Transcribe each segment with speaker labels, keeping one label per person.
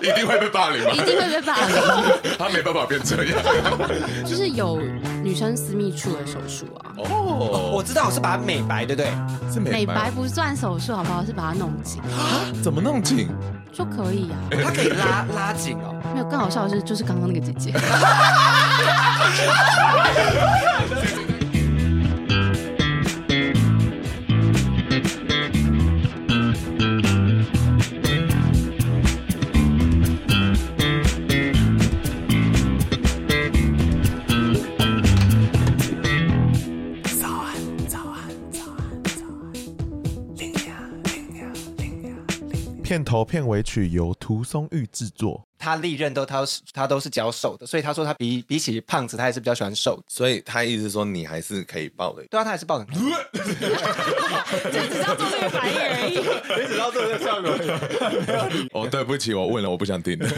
Speaker 1: 一定会被霸凌吧
Speaker 2: 一？定会被霸凌。
Speaker 1: 他没办法变这样。
Speaker 2: 就是有女生私密处的手术啊，
Speaker 1: 哦，
Speaker 3: 我知道我是把它美白，对 不对？
Speaker 1: 是
Speaker 2: 美白，不算手术好不好？是把它弄紧
Speaker 1: 怎么弄紧？
Speaker 2: 就可以
Speaker 1: 哎
Speaker 2: 啊。
Speaker 3: 它可以拉拉紧哦。
Speaker 2: 没有，更好笑的是，就是刚刚那个姐 姐。
Speaker 4: 片头片尾曲由涂松玉制作。
Speaker 3: 他历任都他是他都是较瘦的，所以他说他比比起胖子，他还是比较喜欢瘦的。
Speaker 5: 所以他意思说你还是可以报的。
Speaker 3: 对啊，他还是抱很开 心。
Speaker 5: 你只要这个效果。
Speaker 1: 哦，对不起，我问了，我不想听了。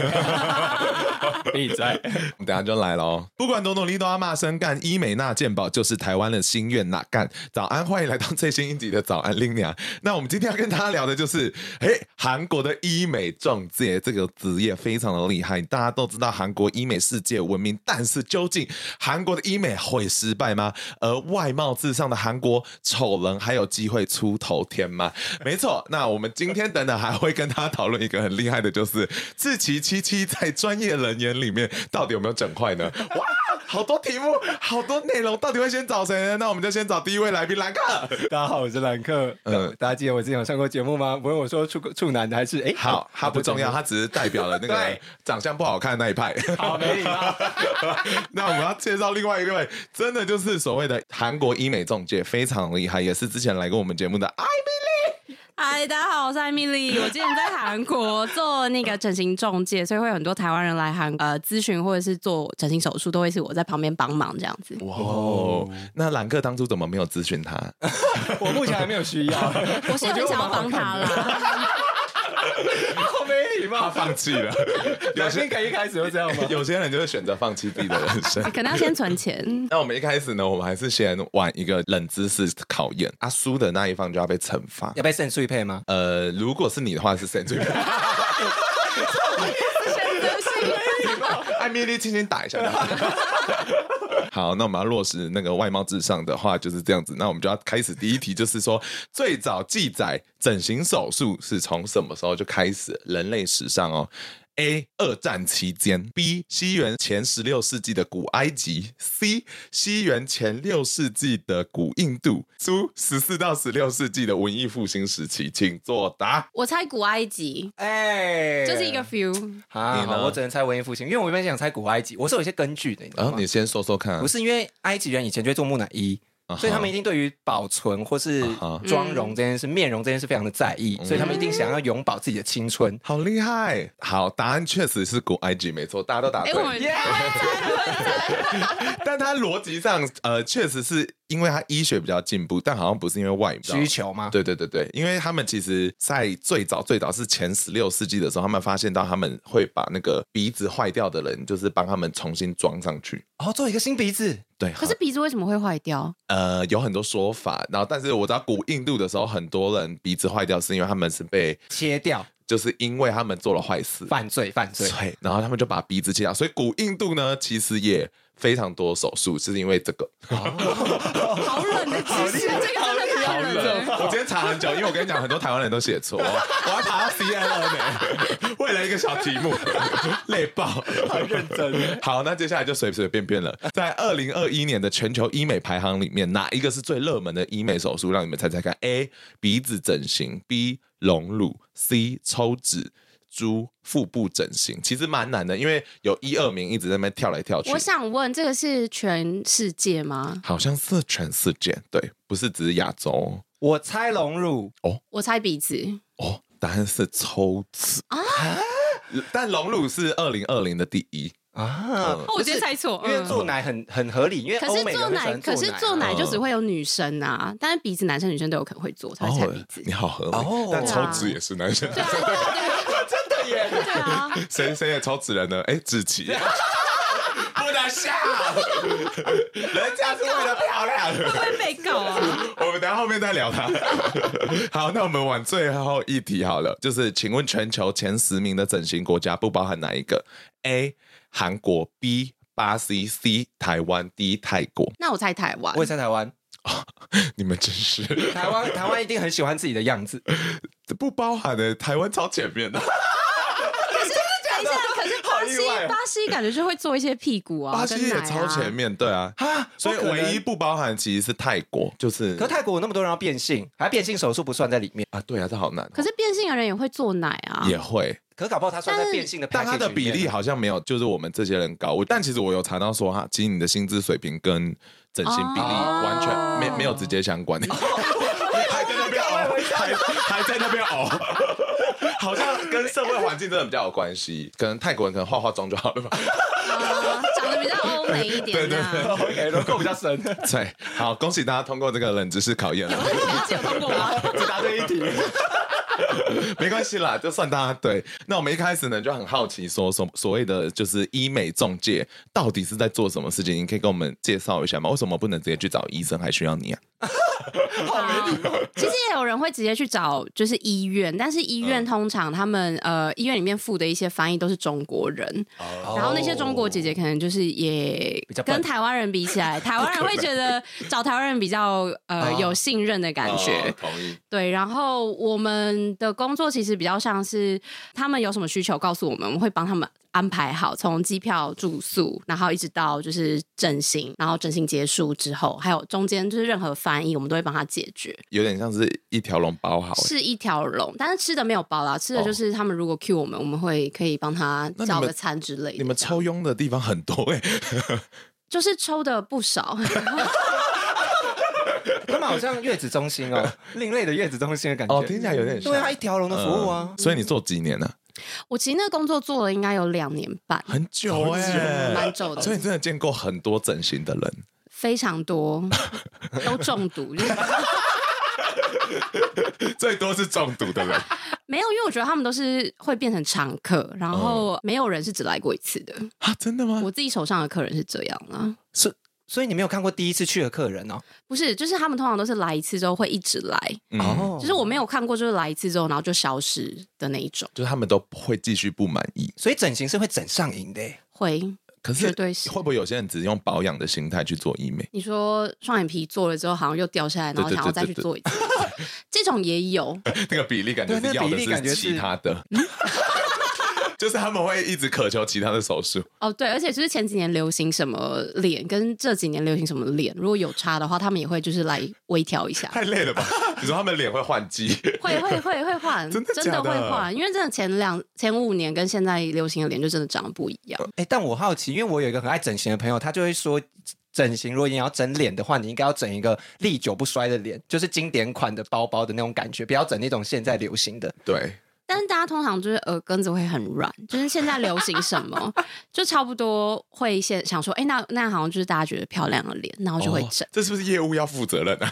Speaker 3: 闭嘴！
Speaker 1: 我们等下就来了哦。不管多努力都要骂声干，医美那健保就是台湾的心愿呐干。早安，欢迎来到最新一集的早安 l i n a 那我们今天要跟大家聊的就是，哎，韩国的医美中介这个职业非常的厉害，大家都知道韩国医美世界闻名，但是究竟韩国的医美会失败吗？而外貌至上的韩国丑人还有机会出头天吗？没错， 那我们今天等等还会跟大家讨论一个很厉害的，就是自奇七七在专业人员里面到底有没有整坏呢？哇，好多题目，好多内容，到底会先找谁呢？那我们就先找第一位来宾兰克。
Speaker 3: 大家好，我是兰克。
Speaker 1: 嗯
Speaker 3: 嗯，大家记得我之前有上过节目吗？不问我说处处男的还是哎、
Speaker 1: 好，他不重要，他只是代表了那个
Speaker 3: 对
Speaker 1: 长相不好看的那一派。
Speaker 3: 好没礼貌。
Speaker 1: 那我们要介绍另外一位，真的就是所谓的韩国医美中介，非常厉害，也是之前来过我们节目的艾
Speaker 2: 嗨，大家好，我是艾米丽。我之前在韩国做那个整形中介，所以会有很多台湾人来韩呃咨询或者是做整形手术，都会是我在旁边帮忙这样子。
Speaker 1: 米。哇哦，那兰克当初怎么没有咨询 他？
Speaker 3: 我目前还没有需 要，
Speaker 2: 我是
Speaker 3: 觉
Speaker 2: 很
Speaker 3: 得我
Speaker 2: 想要
Speaker 3: 蛮好
Speaker 2: 帮
Speaker 3: 看
Speaker 2: 他
Speaker 3: 的，
Speaker 2: 啦，
Speaker 3: 好没礼貌。
Speaker 1: 放弃 了。
Speaker 3: 男生可以一开始就这样 吗？
Speaker 1: 有些人就是选择放弃自己的人生。
Speaker 2: 可能要先存 钱。
Speaker 1: 那我们一开始呢，我们还是先玩一个冷知识考验，啊，输的那一方就要被惩罚
Speaker 3: 要。被肾碎配吗？
Speaker 1: 呃，如果是你的话是谁最？艾米丽，轻轻打一下。 好，那我们要落实那个外貌至上的话就是这样子。那我们就要开始第一题，就是说最早记载整形手术是从什么时候就开始？人类史上哦。A. 二战期间，B. 西元前十六世纪的古埃及，C. 西元前六世纪的古印度，苏十四到十六世纪的文艺复兴时期，请作答。
Speaker 2: 我猜古埃及
Speaker 3: 哎、
Speaker 2: 就是一个 feel，
Speaker 3: 啊，
Speaker 1: 你呢
Speaker 3: 好我只能猜文艺复兴，因为我原本想猜古埃及，我是有一些根据哦的，你知
Speaker 1: 然
Speaker 3: 道
Speaker 1: 后
Speaker 3: 吗？
Speaker 1: 你先说说看啊，
Speaker 3: 不是因为埃及人以前就会做木乃伊，
Speaker 1: 啊哈，
Speaker 3: 所以他们一定对于保存或是
Speaker 1: 啊哈嗯
Speaker 3: 妆容这件事、面容这件事非常的在意，所以他们一定想要永葆自己的青春。
Speaker 1: 好厉害！好，答案确实是古埃及，没错，大家都答
Speaker 2: 哎、
Speaker 1: 对。
Speaker 2: 我们
Speaker 1: 但它逻辑上，呃，确实是因为它医学比较进步，但好像不是因为外貌
Speaker 3: 需。求吗？
Speaker 1: 对对对对，因为他们其实，在最早最早是前十六世纪的时候，他们发现到他们会把那个鼻子坏掉的人，就是帮他们重新装上去。
Speaker 3: 哦，做一个新鼻子，
Speaker 1: 对，
Speaker 2: 可是鼻子为什么会坏掉？
Speaker 1: 呃，有很多说法，然后但是我知道古印度的时候，很多人鼻子坏掉是因为他们是被，
Speaker 3: 切掉，
Speaker 1: 就是因为他们做了坏事，
Speaker 3: 犯罪，犯罪。
Speaker 1: 对，然后他们就把鼻子切掉，所以古印度呢，其实也非常多手术，是因为这个。
Speaker 2: 好冷的知识，这个真的太
Speaker 1: 好
Speaker 2: 认
Speaker 1: 冷
Speaker 2: 人。
Speaker 1: 我今天查很久，因为我跟你讲，很多台湾人都写错，我 还爬到 CNN 呢，为 了一个小题目，累爆，很认真。 好，那接下来就随随便便了。在二零二一年的全球医美排行里面，哪一个是最热门的医美手术？让你们猜猜看：A. 鼻子整形，B. 隆乳，C. 抽脂。猪腹部整形其实蛮难的，因为有一二名一直在那边跳来跳去。
Speaker 2: 我想问，这个是全世界吗？
Speaker 1: 好像是全世界，对，不是只是亚洲哦
Speaker 3: 我猜隆乳，
Speaker 2: 我猜鼻子，
Speaker 1: 哦。答案是抽脂
Speaker 2: 啊
Speaker 1: 啊， 但隆乳是二零二零的第一，
Speaker 3: 啊，
Speaker 1: 嗯
Speaker 2: 哦，我直接猜错，
Speaker 3: 因为
Speaker 2: 嗯
Speaker 3: 做奶很很合理，因为
Speaker 2: 可
Speaker 3: 欧
Speaker 2: 是
Speaker 3: 美人
Speaker 2: 做
Speaker 3: 很喜
Speaker 2: 奶，
Speaker 3: 欢
Speaker 2: 可是做
Speaker 3: 做奶啊
Speaker 2: 奶就只会有女生啊，但是鼻子男生女生都有可能会做，才会猜鼻子
Speaker 1: 你。好合理，
Speaker 3: 哦
Speaker 1: 但抽脂也是男生，
Speaker 2: 对啊，对啊对啊，
Speaker 1: 谁谁也抽脂人呢？哎，志奇，不能笑， 人家是为了漂 亮。
Speaker 2: 会被告啊！
Speaker 1: 我们等下后面再聊它。 好，那我们往最后一题好了，就是请问全球前十名的整形国家不包含哪一个？A. 韩国 B. 巴西 C. 台湾 D. 泰国。
Speaker 2: 那我猜台湾
Speaker 3: 我，也在台湾，
Speaker 1: 你们真是
Speaker 3: 台湾台湾一定很喜欢自己的样子，
Speaker 1: 不包含的，台湾超前面的。
Speaker 2: 可是等一下，可是巴西
Speaker 3: 好意外哦
Speaker 1: 啊
Speaker 2: 巴西感觉就会做一些屁股啊，
Speaker 1: 巴西也
Speaker 2: 跟奶啊
Speaker 1: 超前。面，对啊，所以
Speaker 3: 哦不可能
Speaker 1: 唯一不包含其实是泰国，就是
Speaker 3: 可泰国有那么多人要变性，还变性手术不算在里面，
Speaker 1: 啊，对啊，这好难哦，
Speaker 2: 可是变性的人也会做奶啊，
Speaker 1: 也会，
Speaker 3: 可搞不好他算在变性的 package 里
Speaker 1: 但
Speaker 3: 面，
Speaker 1: 它的比例好像没有，就是我们这些人高。我但其实我有查到说，哈，其实你的薪资水平跟整形比例
Speaker 2: 哦
Speaker 1: 完全没没有直接相关。 还在那边熬，还还在那边熬，好像跟社会环境真的比较有关系。可能泰国人可能化化妆就好了吧。
Speaker 2: 啊长得比较欧美一 点啊。
Speaker 3: OK，轮廓比较深，
Speaker 1: 对，好，恭喜大家通过这个冷知识考验了。
Speaker 2: 而且有通过吗？
Speaker 3: 只答对一题。
Speaker 1: 没关系啦，就算大家对。那我们一开始呢，就很好奇说，所所谓的就是医美中介到底是在做什么事情？你可以跟我们介绍一下吗？为什么不能直接去找医生，还需要你啊？
Speaker 2: 其实也有人会直接去找就是医院，但是医院通常他们、呃医院里面附的一些翻译都是中国人，然后那些中国姐姐可能就是也
Speaker 3: 哦比较笨
Speaker 2: 跟台湾人比起来，台湾人会觉 得找台湾人比较
Speaker 3: 哦
Speaker 2: 呃、有信任的感觉。
Speaker 1: 啊同意。
Speaker 2: 对，然后我们的工作其实比较像是他们有什么需求告诉我们，我们会帮他们安排好，从机票、住宿，然后一直到就是整形，然后整形结束之后，还有中间就是任何翻译，我们都会帮他解决，
Speaker 1: 有点像是一条龙包好欸。
Speaker 2: 是一条龙。但是吃的没有包啦，吃的
Speaker 1: 哦
Speaker 2: 就是他们如果 cue 我们，我们会可以帮他
Speaker 1: 那你
Speaker 2: 叫
Speaker 1: 们
Speaker 2: 个餐之类的。
Speaker 1: 你们抽佣的地方很多哎、
Speaker 2: 就是抽的不少，
Speaker 3: 他们好像月子中心哦，另类的月子中心的感觉。
Speaker 1: 哦，听起来有点像。
Speaker 3: 对啊，一条龙的服务啊
Speaker 1: 嗯。所以你做几年呢、
Speaker 2: 我其实那个工作做了应该有两年半，
Speaker 1: 很久哎、
Speaker 2: 蛮久的
Speaker 1: 所以你真的见过很多整形的人。
Speaker 2: 非常多， 都中毒。就是
Speaker 1: 最多是中毒的人，
Speaker 2: 没有，因为我觉得他们都是会变成常客，然
Speaker 1: 嗯
Speaker 2: 后没有人是只来过一次的。
Speaker 1: 啊，真的吗？
Speaker 2: 我自己手上的客人是这样啊，
Speaker 3: 所所以你没有看过第一次去的客人哦。
Speaker 2: 不是，就是他们通常都是来一次之后会一直来，
Speaker 1: 嗯
Speaker 3: 哦，
Speaker 2: 就是我没有看过就是来一次之后然后就消失的那一种，
Speaker 1: 就是他们都会继续不满意。
Speaker 3: 所以整形是会整上瘾的欸耶。
Speaker 2: 会。
Speaker 1: 可是
Speaker 2: 绝对是
Speaker 1: 会不会有些人只用保养的心态去做医美？
Speaker 2: 你说双眼皮做了之后好像又掉下来，然后
Speaker 1: 对对对
Speaker 2: 想要再去做一次， 这种也有。
Speaker 1: 那个比例感觉
Speaker 3: 对
Speaker 1: 是
Speaker 3: 那个
Speaker 1: 要
Speaker 3: 比
Speaker 1: 的
Speaker 3: 例感觉
Speaker 1: 是
Speaker 3: 是
Speaker 1: 其他的，
Speaker 2: 嗯
Speaker 1: 就是他们会一直渴求其他的手术。
Speaker 2: 哦，对，而且就是前几年流行什么脸，跟这几年流行什么脸，如果有差的话，他们也会就是来微调一下。
Speaker 1: 太累了吧？ 你说他们脸会换季？
Speaker 2: 会会会会 换，
Speaker 1: 真
Speaker 2: 真
Speaker 1: 的假的
Speaker 2: 会换，因为真的前两前五年跟现在流行的脸就真的长得不一样。
Speaker 3: 哎，但我好奇，因为我有一个很爱整形的朋友，他就会说。整形，如果你要整脸的话，你应该要整一个历久不衰的脸，就是经典款的包包的那种感觉，不要整那种现在流行的。
Speaker 1: 对，
Speaker 2: 但是大家通常就是耳根子会很软，就是现在流行什么， 就差不多会先想说，哎、那那好像就是大家觉得漂亮的脸，然后就会整。
Speaker 1: 哦这是不是业务要负责任啊？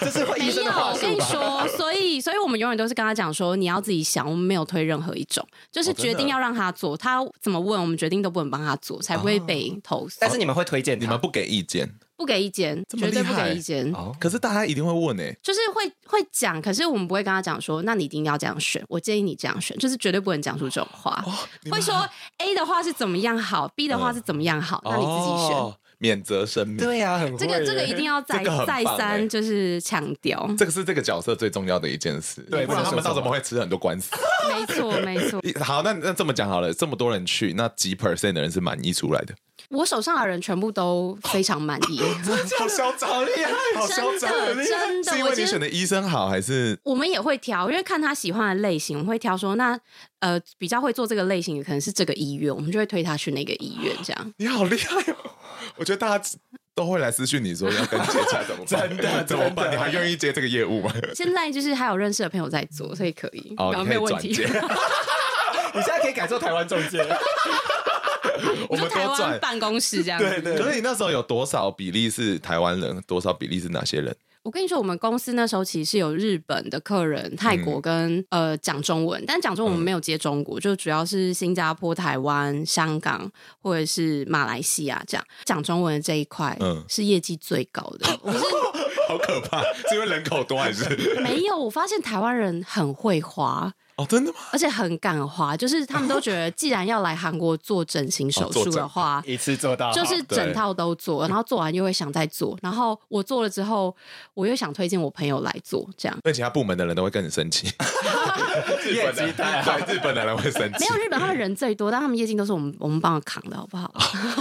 Speaker 3: 这是会
Speaker 2: 没
Speaker 3: 医
Speaker 2: 有，
Speaker 3: 生的话
Speaker 2: 我
Speaker 3: 术
Speaker 2: 跟哎你
Speaker 3: 吧？
Speaker 2: 说，所以，所以我们永远都是跟他讲说，你要自己想，我们没有推任何一种，
Speaker 3: 哦
Speaker 2: 就是决定要让他做，他怎么问，我们决定都不能帮他做，才不会被投诉。
Speaker 3: 哦但是你们会推荐他
Speaker 1: 你们不给意见，
Speaker 2: 不给意见，
Speaker 1: 么
Speaker 2: 绝对不
Speaker 1: 厉害
Speaker 2: 给意见。
Speaker 3: 哦
Speaker 1: 可是大家一定会问哎、
Speaker 2: 就是会会讲，可是我们不会跟他讲说，那你一定要这样选，我建议你这样选，就是绝对不能讲出这种
Speaker 1: 哦
Speaker 2: 话。会说 A 的话是怎么样好，B 的话是怎么样好，那你自己选。
Speaker 1: 嗯哦免责声明。
Speaker 3: 对呀、很
Speaker 2: 这
Speaker 3: 会啊
Speaker 2: 个
Speaker 3: 耶
Speaker 2: 这个一定要 再
Speaker 1: 这个很棒
Speaker 2: 再
Speaker 1: 欸
Speaker 2: 三就是强 调，
Speaker 1: 这个是这个角色最重要的一件事，
Speaker 3: 对
Speaker 1: 不然他
Speaker 3: 不能说
Speaker 1: 们到
Speaker 3: 什么
Speaker 1: 怎么会吃很多官司？
Speaker 2: 没错没错。
Speaker 1: 好，那那这么讲好了，这么多人去，那几 percent 的人是满意出来的？
Speaker 2: 我手上的人全部都非常满意，
Speaker 1: 好嚣张，好厉害，好嚣张，
Speaker 2: 真的真的
Speaker 1: 是因
Speaker 2: 我
Speaker 1: 为
Speaker 2: 觉
Speaker 1: 你
Speaker 2: 得
Speaker 1: 选的医生好，还是
Speaker 2: 我们也会挑，因为看他喜欢的类型，我们会挑说那呃比较会做这个类型的可能是这个医院，我们就会推他去那个医院这样。
Speaker 1: 你好厉害哦！我觉得大家都会来私讯你说要跟你接洽怎么办？真的 怎么办？你还愿意接这个业务 吗？
Speaker 2: 现在就是还有认识的朋友在做，所以可以，
Speaker 1: 哦，
Speaker 2: 然后
Speaker 1: 你可
Speaker 2: 没有
Speaker 1: 以
Speaker 2: 问
Speaker 1: 转
Speaker 2: 题。
Speaker 1: 接，
Speaker 3: 你现在可以改做台湾中介，
Speaker 1: 我
Speaker 2: 就
Speaker 1: 们
Speaker 2: 台
Speaker 1: 都
Speaker 2: 湾
Speaker 1: 转。
Speaker 2: 办公室这样。
Speaker 3: 对对
Speaker 1: 可是你那时候有多少比例是台湾人，多少比例是哪些人？
Speaker 2: 我跟你说，我们公司那时候其实是有日本的客人、泰国跟、呃讲中文，但讲中文我们没有接中国，就主要是新加坡、台湾、香港或者是马来西亚这样讲中文的这一块，
Speaker 1: 嗯
Speaker 2: 是业绩最高的。我是
Speaker 1: 好可怕，是因为人口多还是？
Speaker 2: 没有，我发现台湾人很会花，
Speaker 1: 哦，真的吗？
Speaker 2: 而且很敢花，就是他们都觉得，既然要来韩国做整形手术的话，
Speaker 3: 一次做到
Speaker 2: 就是整
Speaker 1: 对
Speaker 2: 套都做，然后做完又会想再做，然后我做了之后，我又想推荐我朋友来做，这样。
Speaker 1: 那其他部门的人都会跟你生 气，日
Speaker 3: 业
Speaker 1: 本
Speaker 3: 绩
Speaker 1: 的
Speaker 3: 太好。
Speaker 1: 对日本的人会生
Speaker 2: 没
Speaker 1: 气。
Speaker 2: 有日本，他们人最多，但他们业绩都是我们我们帮他扛的，好不好？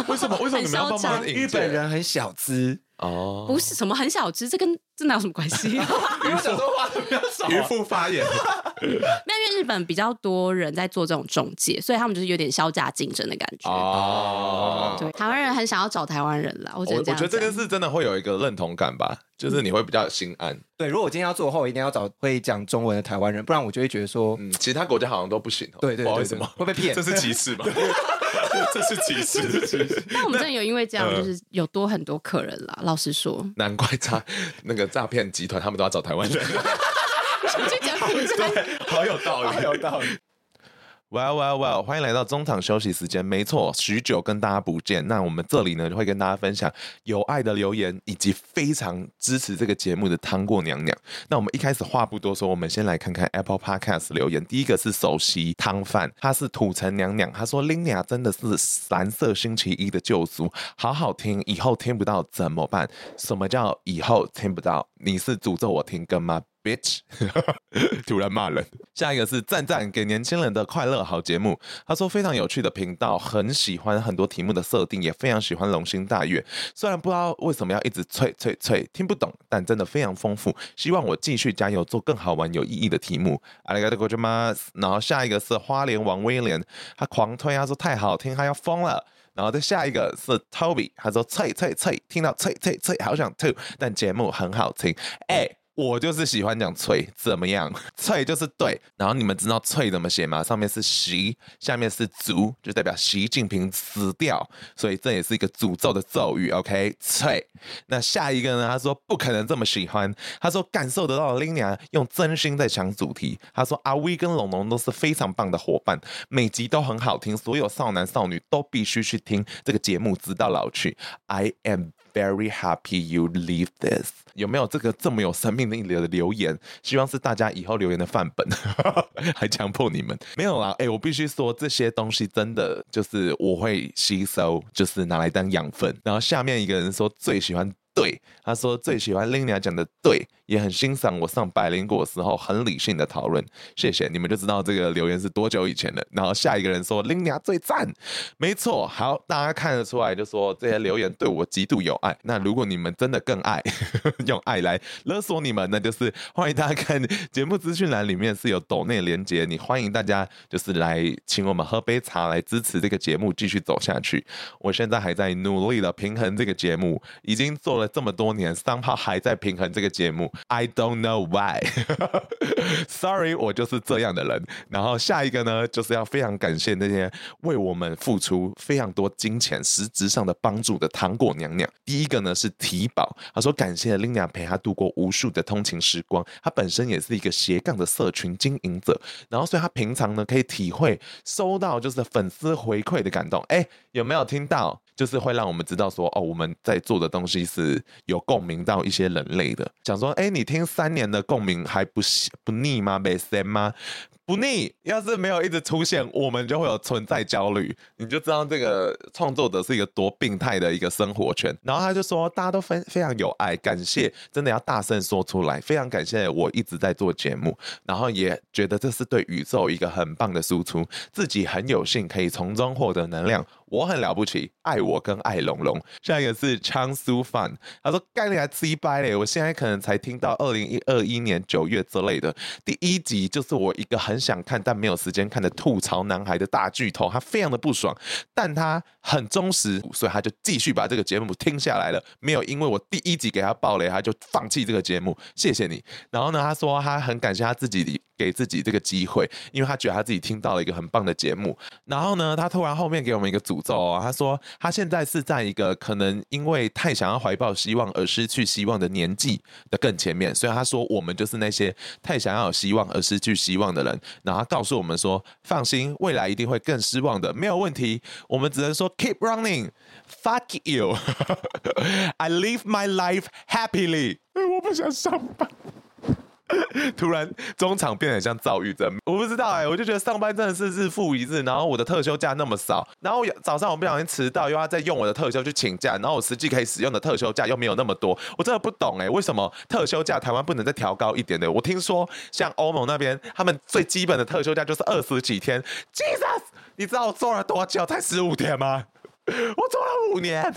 Speaker 1: 为什么？为什么你们要帮忙
Speaker 2: 很嚣张
Speaker 1: 引荐？
Speaker 3: 日本人很小资，
Speaker 1: 哦，
Speaker 2: 不是什么很小只，这跟这哪有什么关系？没有，
Speaker 3: 因为小时候花的比较少啊。
Speaker 1: 渔夫发言，
Speaker 2: 因为日本比较多人在做这种中介，所以他们就是有点削价竞争的感觉。
Speaker 1: 哦，
Speaker 2: 对，台湾人很想要找台湾人啦，我
Speaker 1: 我
Speaker 2: 觉得
Speaker 1: 我
Speaker 2: 这样
Speaker 1: 觉得这
Speaker 2: 讲
Speaker 1: 件事真的会有一个认同感吧，就是你会比较心安。
Speaker 3: 对，如果我今天要做的话，我一定要找会讲中文的台湾人，不然我就会觉得说，
Speaker 1: 嗯，其他国家好像都不行、哦，
Speaker 3: 对
Speaker 1: 不
Speaker 3: 对
Speaker 1: 知道
Speaker 3: 对
Speaker 1: 为什
Speaker 3: 对
Speaker 1: 么
Speaker 3: 会被骗
Speaker 1: 这是歧视吗？ 这是歧视，，
Speaker 2: 但我们真的有因为这样，就是有多很多客人啦。老实说
Speaker 1: 难怪诈那个诈骗集团他们都要找台湾人，
Speaker 2: 就柬埔寨
Speaker 1: 好有道理，
Speaker 3: 有道理。
Speaker 1: 哇哇哇！欢迎来到中场休息时间。没错，许久跟大家不见，那我们这里呢会跟大家分享有爱的留言，以及非常支持这个节目的汤过娘娘。那我们一开始话不多说，我们先来看看 Apple Podcast 留言。第一个是首席汤饭，他是土城娘娘，他说 l i n a 真的是蓝色星期一的救赎，好好听，以后听不到怎么办？什么叫以后听不到？你是诅咒我停更吗？Bitch！突然骂人。下一个是赞赞给年轻人的快乐好节目，他说非常有趣的频道，很喜欢很多题目的设定，也非常喜欢龙心大悦。虽然不知道为什么要一直催催催，听不懂，但真的非常丰富。希望我继续加油，做更好玩、有意义的题目。阿里嘎多ございます。然后下一个是花莲王威廉，他狂推，他说太好听，他要疯了。然后再下一个是 Toby，他说脆脆脆，听到脆脆脆，好想吐，但节目很好听。哎、我就是喜欢讲脆，怎么样？ 脆就是对。然后你们知道脆怎么写吗？上面是习，下面是足，就代表习近平死掉，所以这也是一个诅咒的咒语。OK，脆。那下一个呢？他说不可能这么喜欢，他说感受得到 l i n a 用真心在想主题。他说阿威跟龙龙都是非常棒的伙伴，每集都很好听，所有少男少女都必须去听这个节目，直到老去。I am very happy you leave this。有没有这个这么有生命力的留言？希望是大家以后留言的范本， 还强迫你们没有啊？哎、我必须说这些东西真的就是我会吸收，就是拿来当养分。然后下面一个人说最喜欢。对，他说最喜欢 Lina 讲的对，也很欣赏我上百灵果时候很理性的讨论。谢谢你们就知道这个留言是多久以前了。然后下一个人说 Lina 最赞，没错，好，大家看得出来，就说这些留言对我极度有爱。那如果你们真的更爱， 用爱来勒索你们，那就是欢迎大家看节目资讯栏里面是有抖内连接，你欢迎大家就是来请我们喝杯茶来支持这个节目继续走下去。我现在还在努力的平衡这个节目，已经做了这么多年，三号还在平衡这个节目，I don't know why，sorry，我就是这样的人。然后下一个呢，就是要非常感谢那些为我们付出非常多金钱、实质上的帮助的糖果娘娘。第一个呢是提宝，她说感谢 Lina 陪她度过无数的通勤时光，她本身也是一个斜杠的社群经营者，然后所以她平常呢可以体会收到就是粉丝回馈的感动。哎，有没有听到？就是会让我们知道说，哦，我们在做的东西是是有共鸣到一些人类的，想说，哎，你听三年的共鸣还不喜不腻吗？没森吗？不腻。要是没有一直出现，我们就会有存在焦虑，你就知道这个创作者是一个多病态的一个生活圈。然后他就说，大家都非非常有爱，感谢，真的要大声说出来，非常感谢我一直在做节目，然后也觉得这是对宇宙一个很棒的输出，自己很有幸可以从中获得能量，我很了不起，爱我跟爱龙龙。下一个是昌苏范，他说概念还鸡掰嘞，我现在可能才听到二零一二一年九月之类的第一集，就是我一个很想看但没有时间看的吐槽男孩的大巨头，他非常的不爽，但他很忠实，所以他就继续把这个节目听下来了，没有因为我第一集给他爆雷，他就放弃这个节目，谢谢你。然后呢，他说他很感谢他自己给自己这个机会，因为他觉得他自己听到了一个很棒的节目。然后呢，他突然后面给我们一个诅咒哦，他说他现在是在一个可能因为太想要怀抱希望而失去希望的年纪的更前面，所以他说我们就是那些太想要有希望而失去希望的人。然后他告诉我们说，放心，未来一定会更失望的，没有问题。我们只能说 keep running，fuck you，I live my life happily。我不想上班。突然中场变得像躁郁症，我不知道哎、我就觉得上班真的是日复一日，然后我的特休假那么少，然后早上我不小心迟到，又要再用我的特休去请假，然后我实际可以使用的特休假又没有那么多，我真的不懂哎、为什么特休假台湾不能再调高一点的？我听说像欧盟那边，他们最基本的特休假就是二十几天，Jesus，你知道我做了多久？才十五天吗？我做了五年，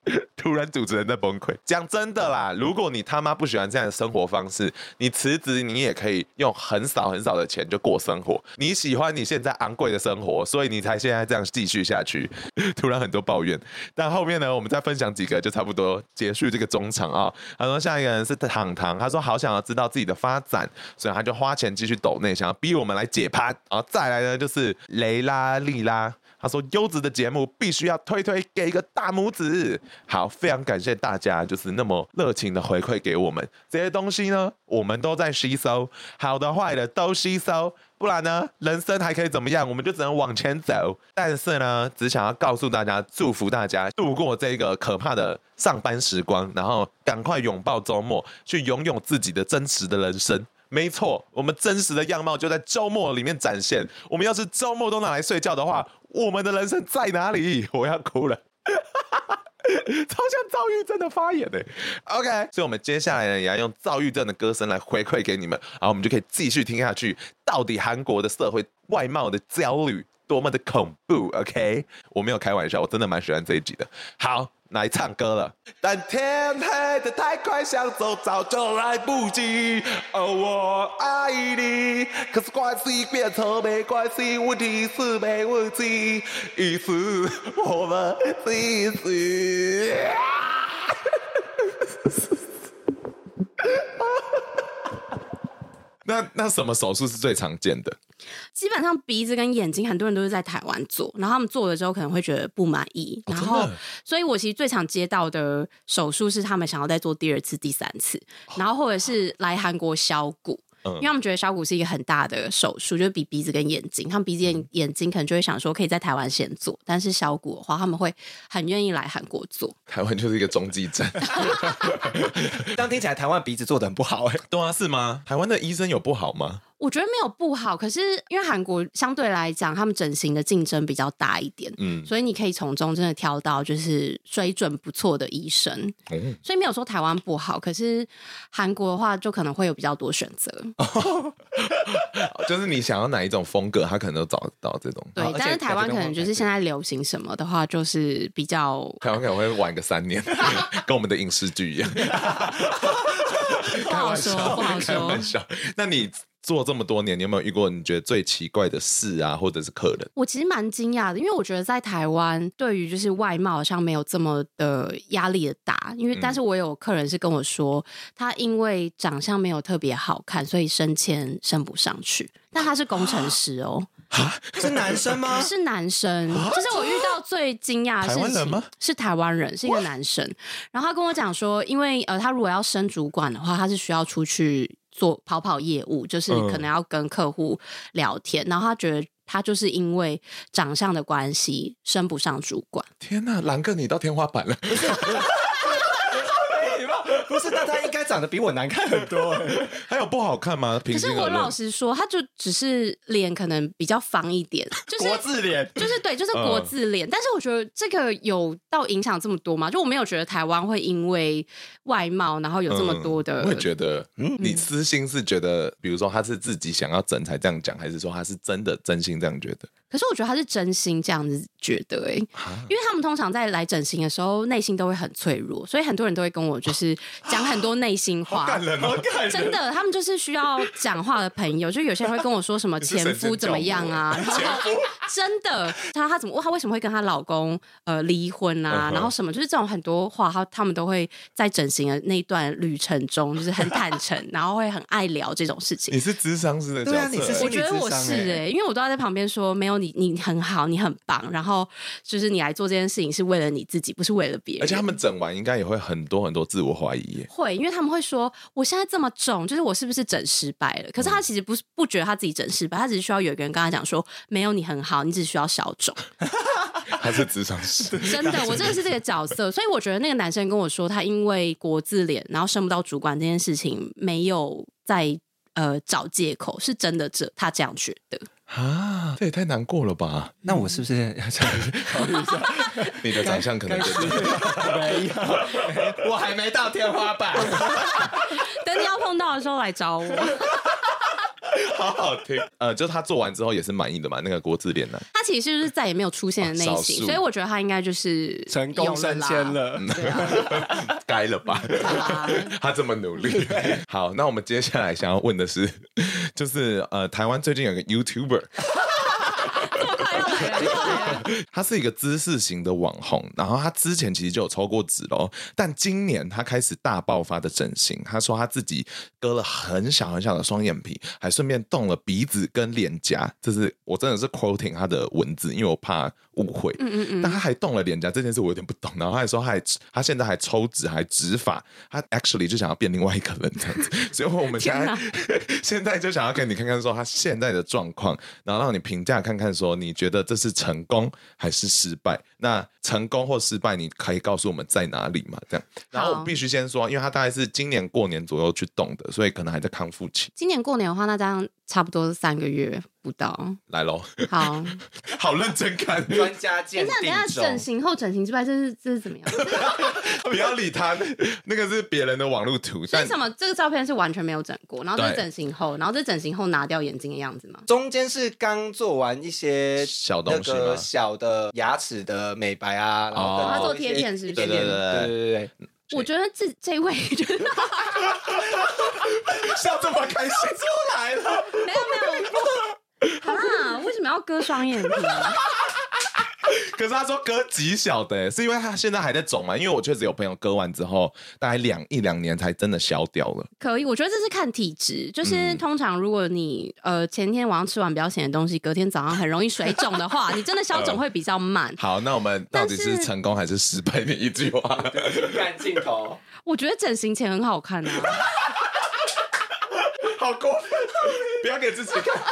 Speaker 1: 突然主持人在崩溃。讲真的啦，如果你他妈不喜欢这样的生活方式，你辞职你也可以用很少很少的钱就过生活。你喜欢你现在昂贵的生活，所以你才现在这样继续下去。 突然很多抱怨，但后面呢，我们再分享几个就差不多结束这个中场啊、他说下一个人是糖糖，他说好想要知道自己的发展，所以他就花钱继续抖内，想要逼我们来解盘。然后再来呢，就是雷拉利拉。他说：“优质的节目必须要推推给一个大拇指。”好，非常感谢大家，就是那么热情的回馈给我们这些东西呢，我们都在吸收，好的坏的都吸收，不然呢，人生还可以怎么样？我们就只能往前走。但是呢，只想要告诉大家，祝福大家度过这个可怕的上班时光，然后赶快拥抱周末，去拥有自己的真实的人生。没错，我们真实的样貌就在周末里面展现。我们要是周末都拿来睡觉的话，我们的人生在哪里？我要哭了。 超像躁郁症的发言欸呢、OK，所以 我们接下来呢，也要用躁郁症的歌声来回馈给你们，然后我们就可以继续听下去。到底韩国的社会外貌的焦虑多么的恐怖？OK，我没有开玩笑，我真的蛮喜欢这一集的。好，来唱歌了。但天黑的太快，想走早就来不及。哦，我爱你，可是关系变成没关系，问题是没问题，于是我们继续。那那什么手术是最常见的？
Speaker 2: 基本上鼻子跟眼睛，很多人都是在台湾做，然后他们做了之后可能会觉得不满意，然后，所以我其实最常接到的手术是他们想要再做第二次、第三次，然后或者是来韩国削骨。因为他们觉得削骨是一个很大的手术，就是比鼻子跟眼睛，他们鼻子眼眼睛可能就会想说可以在台湾先做，但是削骨的话，他们会很愿意来韩国做。
Speaker 1: 台湾就是一个中继站。
Speaker 3: 这样听起来台湾鼻子做的很不好 哎、
Speaker 1: 对啊，是吗？台湾的医生有不好吗？
Speaker 2: 我觉得没有不好，可是因为韩国相对来讲，他们整形的竞争比较大一点，
Speaker 1: 嗯，
Speaker 2: 所以你可以从中真的挑到就是水准不错的医生，
Speaker 1: 嗯
Speaker 2: 所以没有说台湾不好，可是韩国的话就可能会有比较多选择，
Speaker 1: 就是你想要哪一种风格，他可能都找得到这种。
Speaker 2: 对
Speaker 3: 而。且
Speaker 2: 但是台湾可能就是现在流行什么的话，就是 比较
Speaker 1: 台湾可能会晚个三年， 跟我们的影视剧一样。
Speaker 2: 不好说，哦不好
Speaker 1: 开
Speaker 2: 说
Speaker 1: 玩。笑。那你做这么多年，你有没有遇过你觉得最奇怪的事啊，或者是客人？
Speaker 2: 我其实蛮惊讶的，因为我觉得在台湾对于就是外貌好像没有这么的压力的大，因为
Speaker 1: 嗯
Speaker 2: 但是我有客人是跟我说，他因为长相没有特别好看，所以升迁升不上去。但他是工程师哦，
Speaker 3: 是男生吗？
Speaker 2: 是男生，这是我遇到最惊讶的事
Speaker 1: 啊台
Speaker 2: 情。
Speaker 1: 湾人吗？
Speaker 2: 是台湾人，是一个男生。然后他跟我讲说，因为呃，他如果要升主管的话，他是需要出去做跑跑业务，就是
Speaker 1: 嗯
Speaker 2: 可能要跟客户聊天。然后他觉得他就是因为长相的关系升不上主管。
Speaker 1: 天哪、兰哥，你到天花板了！
Speaker 3: 长得比我难看很多、 欸
Speaker 1: 还有不好看吗？平
Speaker 2: 可是
Speaker 1: 心
Speaker 2: 我
Speaker 1: 而
Speaker 2: 老
Speaker 1: 论，
Speaker 2: 实说，他就只是脸可能比较方一 点，就是
Speaker 3: 国字脸。
Speaker 2: 就是对，
Speaker 1: 嗯
Speaker 2: 就是国字脸。但是我觉得这个有到影响这么多吗？就我没有觉得台湾会因为外貌，然后有这么多的。
Speaker 1: 嗯
Speaker 2: 嗯
Speaker 1: 我也觉得，你私心是觉得，比如说他是自己想要整才这样讲，还是说他是真的真心这样觉得？
Speaker 2: 可是我觉得他是真心这样子觉得哎、因为他们通常在来整形的时候，内心都会很脆弱，所以很多人都会跟我就是
Speaker 1: 啊
Speaker 2: 讲很多内心话。 真的，他们就是需要讲话的朋友，就有些人会跟我说什么
Speaker 1: 是
Speaker 2: 前
Speaker 1: 神
Speaker 2: 夫
Speaker 1: 仙
Speaker 2: 怎么样啊，然后 真的，她她怎么，她为什么会跟她老公呃离婚啊，然后什么，就是这种很多话，她他们都会在整形的那一段旅程中，就是很坦诚，然后会很爱聊这种事情。
Speaker 1: 你是智商师的角
Speaker 3: 对
Speaker 1: 色、
Speaker 3: 啊你
Speaker 1: 欸
Speaker 3: 是
Speaker 2: 我
Speaker 3: 心理
Speaker 2: 觉得
Speaker 3: 智
Speaker 2: 我
Speaker 3: 商
Speaker 2: 是
Speaker 3: 欸
Speaker 2: 哎、因为我都要在旁边说，没有你，你很好，你很棒，然后就是你来做这件事情是为了你自己，不是为了别人。
Speaker 1: 而且他们整完应该也会很多很多自我怀疑耶。
Speaker 2: 会，因为他们会说我现在这么肿，就是我是不是整失败了？可是他其实不是不觉得他自己整失败，他只是需要有一个人跟他讲说，没有你很好，你只需要小 肿。
Speaker 1: 他是智商 师，
Speaker 2: 真的，我真的是这个角色，所以我觉得那个男生跟我说，他因为国字脸，然后升不到主管这件事情，没有在呃找借口，是真的这他这样觉得。
Speaker 1: 啊，这也太难过了吧？
Speaker 3: 那我是不 是要这样考虑一下？
Speaker 1: 你的长相可 能就是
Speaker 3: 没有，我还没到天花板。
Speaker 2: 等你要碰到的时候来找 我。
Speaker 1: 好好听。呃，就是他做完之后也是满意的嘛，那个国字脸男。
Speaker 2: 他其实就是再也没有出现的那一
Speaker 1: 少
Speaker 2: 型，
Speaker 1: 数
Speaker 2: 所以我觉得他应该就是
Speaker 3: 成功升迁
Speaker 2: 了
Speaker 3: 了，
Speaker 2: 啦。对啊，
Speaker 1: 该了 吧？
Speaker 2: 啦
Speaker 1: 他这么努 力。好，那我们接下来想要问的是，就是呃，台湾最近有个 YouTuber，
Speaker 2: 快要来了，快 要来了
Speaker 1: 他是一个知识型的网红，然后他之前其实就有抽过脂喽，但今年他开始大爆发的整形。他说他自己割了很小很小的双眼皮，还顺便动了鼻子跟脸颊。这是我真的是 quoting 他的文字，因为我怕误会。
Speaker 2: 嗯嗯
Speaker 1: 但他还动了脸颊这件事，我有点不懂。然后他还说他还他现在还抽脂，还植发，他 actually 就想要变另外一个人这样子。所以我们现在 现在就想要给你看看说他现在的状况，然后让你评价看看说你觉得这是成功还是失败？那成功或失败，你可以告诉我们在哪里嘛？这样。然后我
Speaker 2: 好
Speaker 1: 必须先说，因为他大概是今年过年左右去动的，所以可能还在康复期。
Speaker 2: 今年过年的话，那这样差不多三个月不到。
Speaker 1: 来喽，
Speaker 2: 好，
Speaker 1: 好认真看，
Speaker 3: 专家
Speaker 2: 等
Speaker 3: 鉴
Speaker 2: 一下，等一
Speaker 3: 定
Speaker 2: 下，整
Speaker 3: 中。
Speaker 2: 形后整形之外，这是这是怎么 样？
Speaker 1: 不要理他，那个是别人的网络图。
Speaker 2: 所以
Speaker 1: 但
Speaker 2: 什么？这个照片是完全没有整过，然后这是
Speaker 1: 对
Speaker 2: 整形后，然后这是整形后拿掉眼睛的样子吗？
Speaker 3: 中间是刚做完一些
Speaker 1: 小
Speaker 3: 那
Speaker 1: 东西吗
Speaker 3: 个？小的牙齿的美白啊，然后
Speaker 1: 哦
Speaker 3: 再
Speaker 1: 他做
Speaker 3: 一些
Speaker 2: 贴片是不是
Speaker 3: 一点点对对对对，
Speaker 2: 我觉得这这位就是
Speaker 1: 笑这么开心，出来了。
Speaker 2: 没有没有啊？为什么要割双眼皮？
Speaker 1: 可是他说割极小的、是因为他现在还在肿嘛？因为我确实有朋友割完之后，大概两一两年才真的消掉了。
Speaker 2: 可以，我觉得这是看体质，就是通常如果你呃前天晚上吃完比较咸的东西，隔天早上很容易水肿的话，你真的消肿会比较慢。
Speaker 1: 好，那我们到底
Speaker 2: 但
Speaker 1: 是
Speaker 2: 是
Speaker 1: 成功还是失败？你一句 话，
Speaker 3: 对看镜头，
Speaker 2: 我觉得整形前很好看啊。
Speaker 1: 好过分！不要给自己看，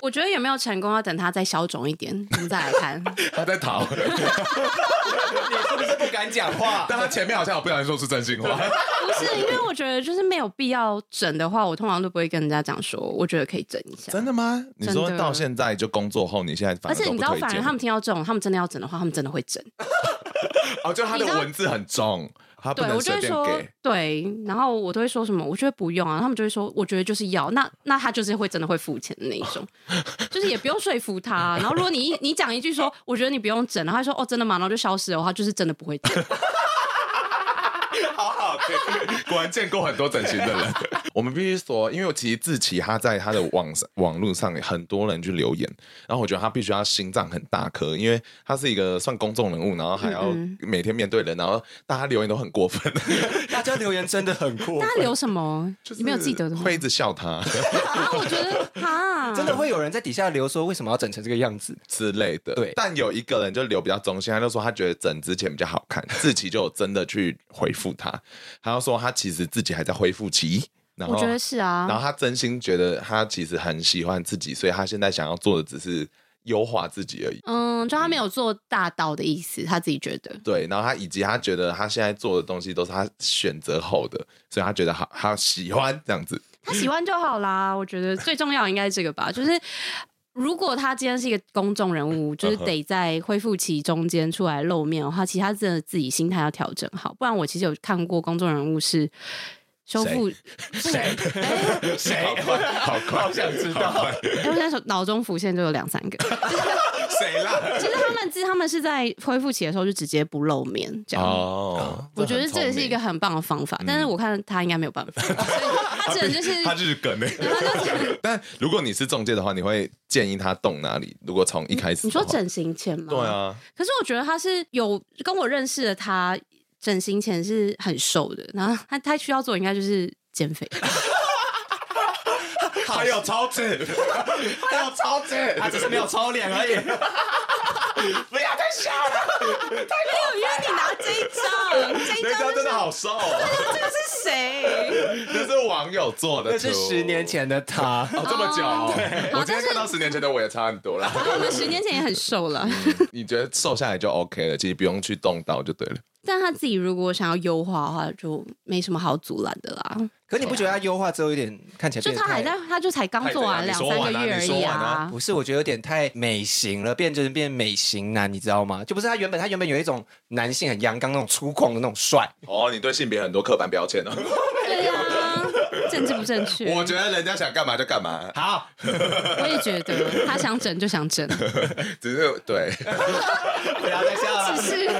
Speaker 2: 我觉得有没有成功，要等它再消肿一点， 我们再来看。
Speaker 1: 他在逃，
Speaker 3: 你是不是不敢讲话？
Speaker 1: 但他前面好像有不小心说出真心话。
Speaker 2: 不是，因为我觉得就是没有必要整的话，我通常都不会跟人家讲说，我觉得可以整一下。
Speaker 1: 真的吗？你说
Speaker 2: 真的
Speaker 1: 到现在就工作后，你现在反而
Speaker 2: 而且
Speaker 1: 都
Speaker 2: 你
Speaker 1: 不
Speaker 2: 知道，
Speaker 1: 推
Speaker 2: 反而
Speaker 1: 荐
Speaker 2: 他们听到这种，他们真的要整的话，他们真的会整。
Speaker 1: 哦，就他的
Speaker 2: 你知道
Speaker 1: 文字很重，他不
Speaker 2: 对我
Speaker 1: 能
Speaker 2: 就
Speaker 1: 随
Speaker 2: 会
Speaker 1: 便
Speaker 2: 说
Speaker 1: 给。
Speaker 2: 对，然后我都会说什么，我觉得不用啊，他们就会说，我觉得就是要，那那他就是会真的会付钱的那一 种，就是也不用说服他。然后如果你一你讲一句说，我觉得你不用整，然后他说哦真的吗？然后就消失了，他就是真的不会整。
Speaker 1: 好好听， 果然见过很多整形的 人。我们必须说，因为其实志奇他在他的网上网络上很多人去留言，然后我觉得他必须要心脏很大颗，因为他是一个算公众人物，然后还要
Speaker 2: 嗯
Speaker 1: 每天面对人，然后大家留言都很过 分，
Speaker 3: 大家留言真的很过
Speaker 2: 那
Speaker 3: 分
Speaker 2: 他留什 么？你没有记得的吗？
Speaker 1: 会一直笑 他
Speaker 2: 啊，我觉得哈，
Speaker 3: 真的会有人在底下留说为什么要整成这个样子？
Speaker 1: 之类的。
Speaker 3: 对
Speaker 1: 但有一个人就留比较中性，他就说他觉得整之前比较好 看，志奇就有真的去回复他，他就说他其实自己还在恢复期。然后
Speaker 2: 我觉得是啊。
Speaker 1: 然后他真心觉得他其实很喜欢自己，所以他现在想要做的只是优化自己而已。
Speaker 2: 嗯，就他没有做大到的意思，他自己觉得。
Speaker 1: 对，然后他以及他觉得他现在做的东西都是他选择后的，所以他觉得好，他喜欢这样子。
Speaker 2: 他喜欢就好啦，我觉得最重要应该是这个吧，就是。如果他今天是一个公众人物，就是
Speaker 1: 嗯
Speaker 2: 得在恢复期中间出来露面的话，其实他真的自己心态要调整好，不然我其实有看过公众人物是修复 谁？哎、
Speaker 1: 谁？好快，好想知道
Speaker 2: 哎我现在手脑中浮现就有两三个，
Speaker 1: 谁 啦？
Speaker 2: 其实他们自他们是在恢复期的时候就直接不露面这样。
Speaker 1: 哦，
Speaker 2: 我觉得这也是一个很棒的方法，但是我看他应该没有办 法，所以他只能就是
Speaker 1: 嗯他就是梗 哎。 但如果你是中介的话，你会建议他动哪里？如果从一开始
Speaker 2: 你
Speaker 1: 的话，
Speaker 2: 说整形前吗？
Speaker 1: 对。啊，
Speaker 2: 可是我觉得他是有跟我认识的他，整形前是很瘦的，然后他他需要做应该就是 减肥，
Speaker 1: 他有超值，他有超值，
Speaker 3: 他啊只是没有抽脸 而已。不要再笑了，
Speaker 2: 因为你拿这一张，这
Speaker 1: 那张真的好瘦哦，
Speaker 2: 这个是谁？
Speaker 1: 这是网友做的，
Speaker 3: 那是十年。前的 他。
Speaker 1: 哦，这么久哦、我今
Speaker 2: 但
Speaker 1: 天
Speaker 2: 是
Speaker 1: 看到十年前的我也差很多了。
Speaker 2: 我们十年前也很瘦了，
Speaker 1: 你觉得瘦下来就 OK 了，其实不用去动刀就对了。
Speaker 2: 但他自己如果想要优化的话，就没什么好阻拦的啦。
Speaker 3: 可你不觉得他优化之后有点看起来
Speaker 2: 就
Speaker 3: 变得
Speaker 2: 他
Speaker 3: 太
Speaker 2: 还在，他就才刚做完
Speaker 1: 太
Speaker 2: 两
Speaker 1: 怎
Speaker 2: 三
Speaker 1: 样
Speaker 2: 个月而
Speaker 1: 你说
Speaker 2: 已
Speaker 1: 完啊
Speaker 2: 啊。
Speaker 3: 不是，我觉得有点太美型了，变成变美型男，你知道吗？就不是他原本他原本有一种男性很阳刚那种粗犷的那种 帅，
Speaker 1: 哦，你对性别很多刻板标签哦。
Speaker 2: 对啊，政治不正确。
Speaker 1: 我觉得人家想干嘛就干嘛，
Speaker 3: 好，
Speaker 2: 我也觉得，他想整就想整，
Speaker 1: 只是对
Speaker 3: 不要再啊笑了。
Speaker 2: 是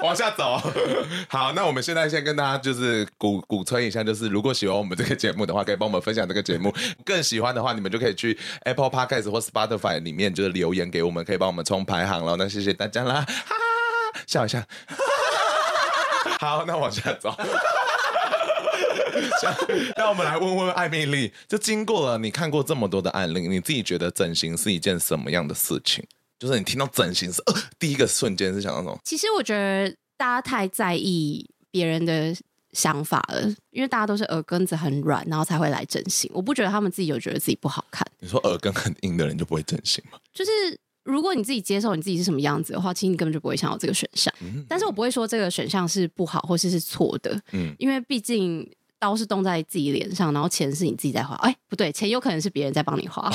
Speaker 1: 往下走。 好，那我们现在先跟大家就是鼓鼓吹一下，就是如果喜欢我们这个节目的话，可以帮我们分享这个节目。更喜欢的话，你们就可以去 Apple Podcast 或 Spotify 里面就是留言给我们，可以帮我们冲排行了。那谢谢大家啦，哈 哈哈哈笑一下。 好，那往下走。 那我们来问问艾米丽，就经过了你看过这么多的案例，你自己觉得整形是一件什么样的事情？就是你听到整形是、呃、第一个瞬间是想到什么？
Speaker 2: 其实我觉得大家太在意别人的想法了，因为大家都是耳根子很软，然后才会来整形。我不觉得他们自己有觉得自己不好看，
Speaker 1: 你说耳根很硬的人就不会整形吗？
Speaker 2: 就是。如果你自己接受你自己是什么样子的话，其实你根本就不会想要这个选项。但是我不会说这个选项是不好或是是错的，
Speaker 1: 嗯
Speaker 2: 因为毕竟刀是动在自己脸上，然后钱是你自己在花。哎，不对，钱有可能是别人在帮你花，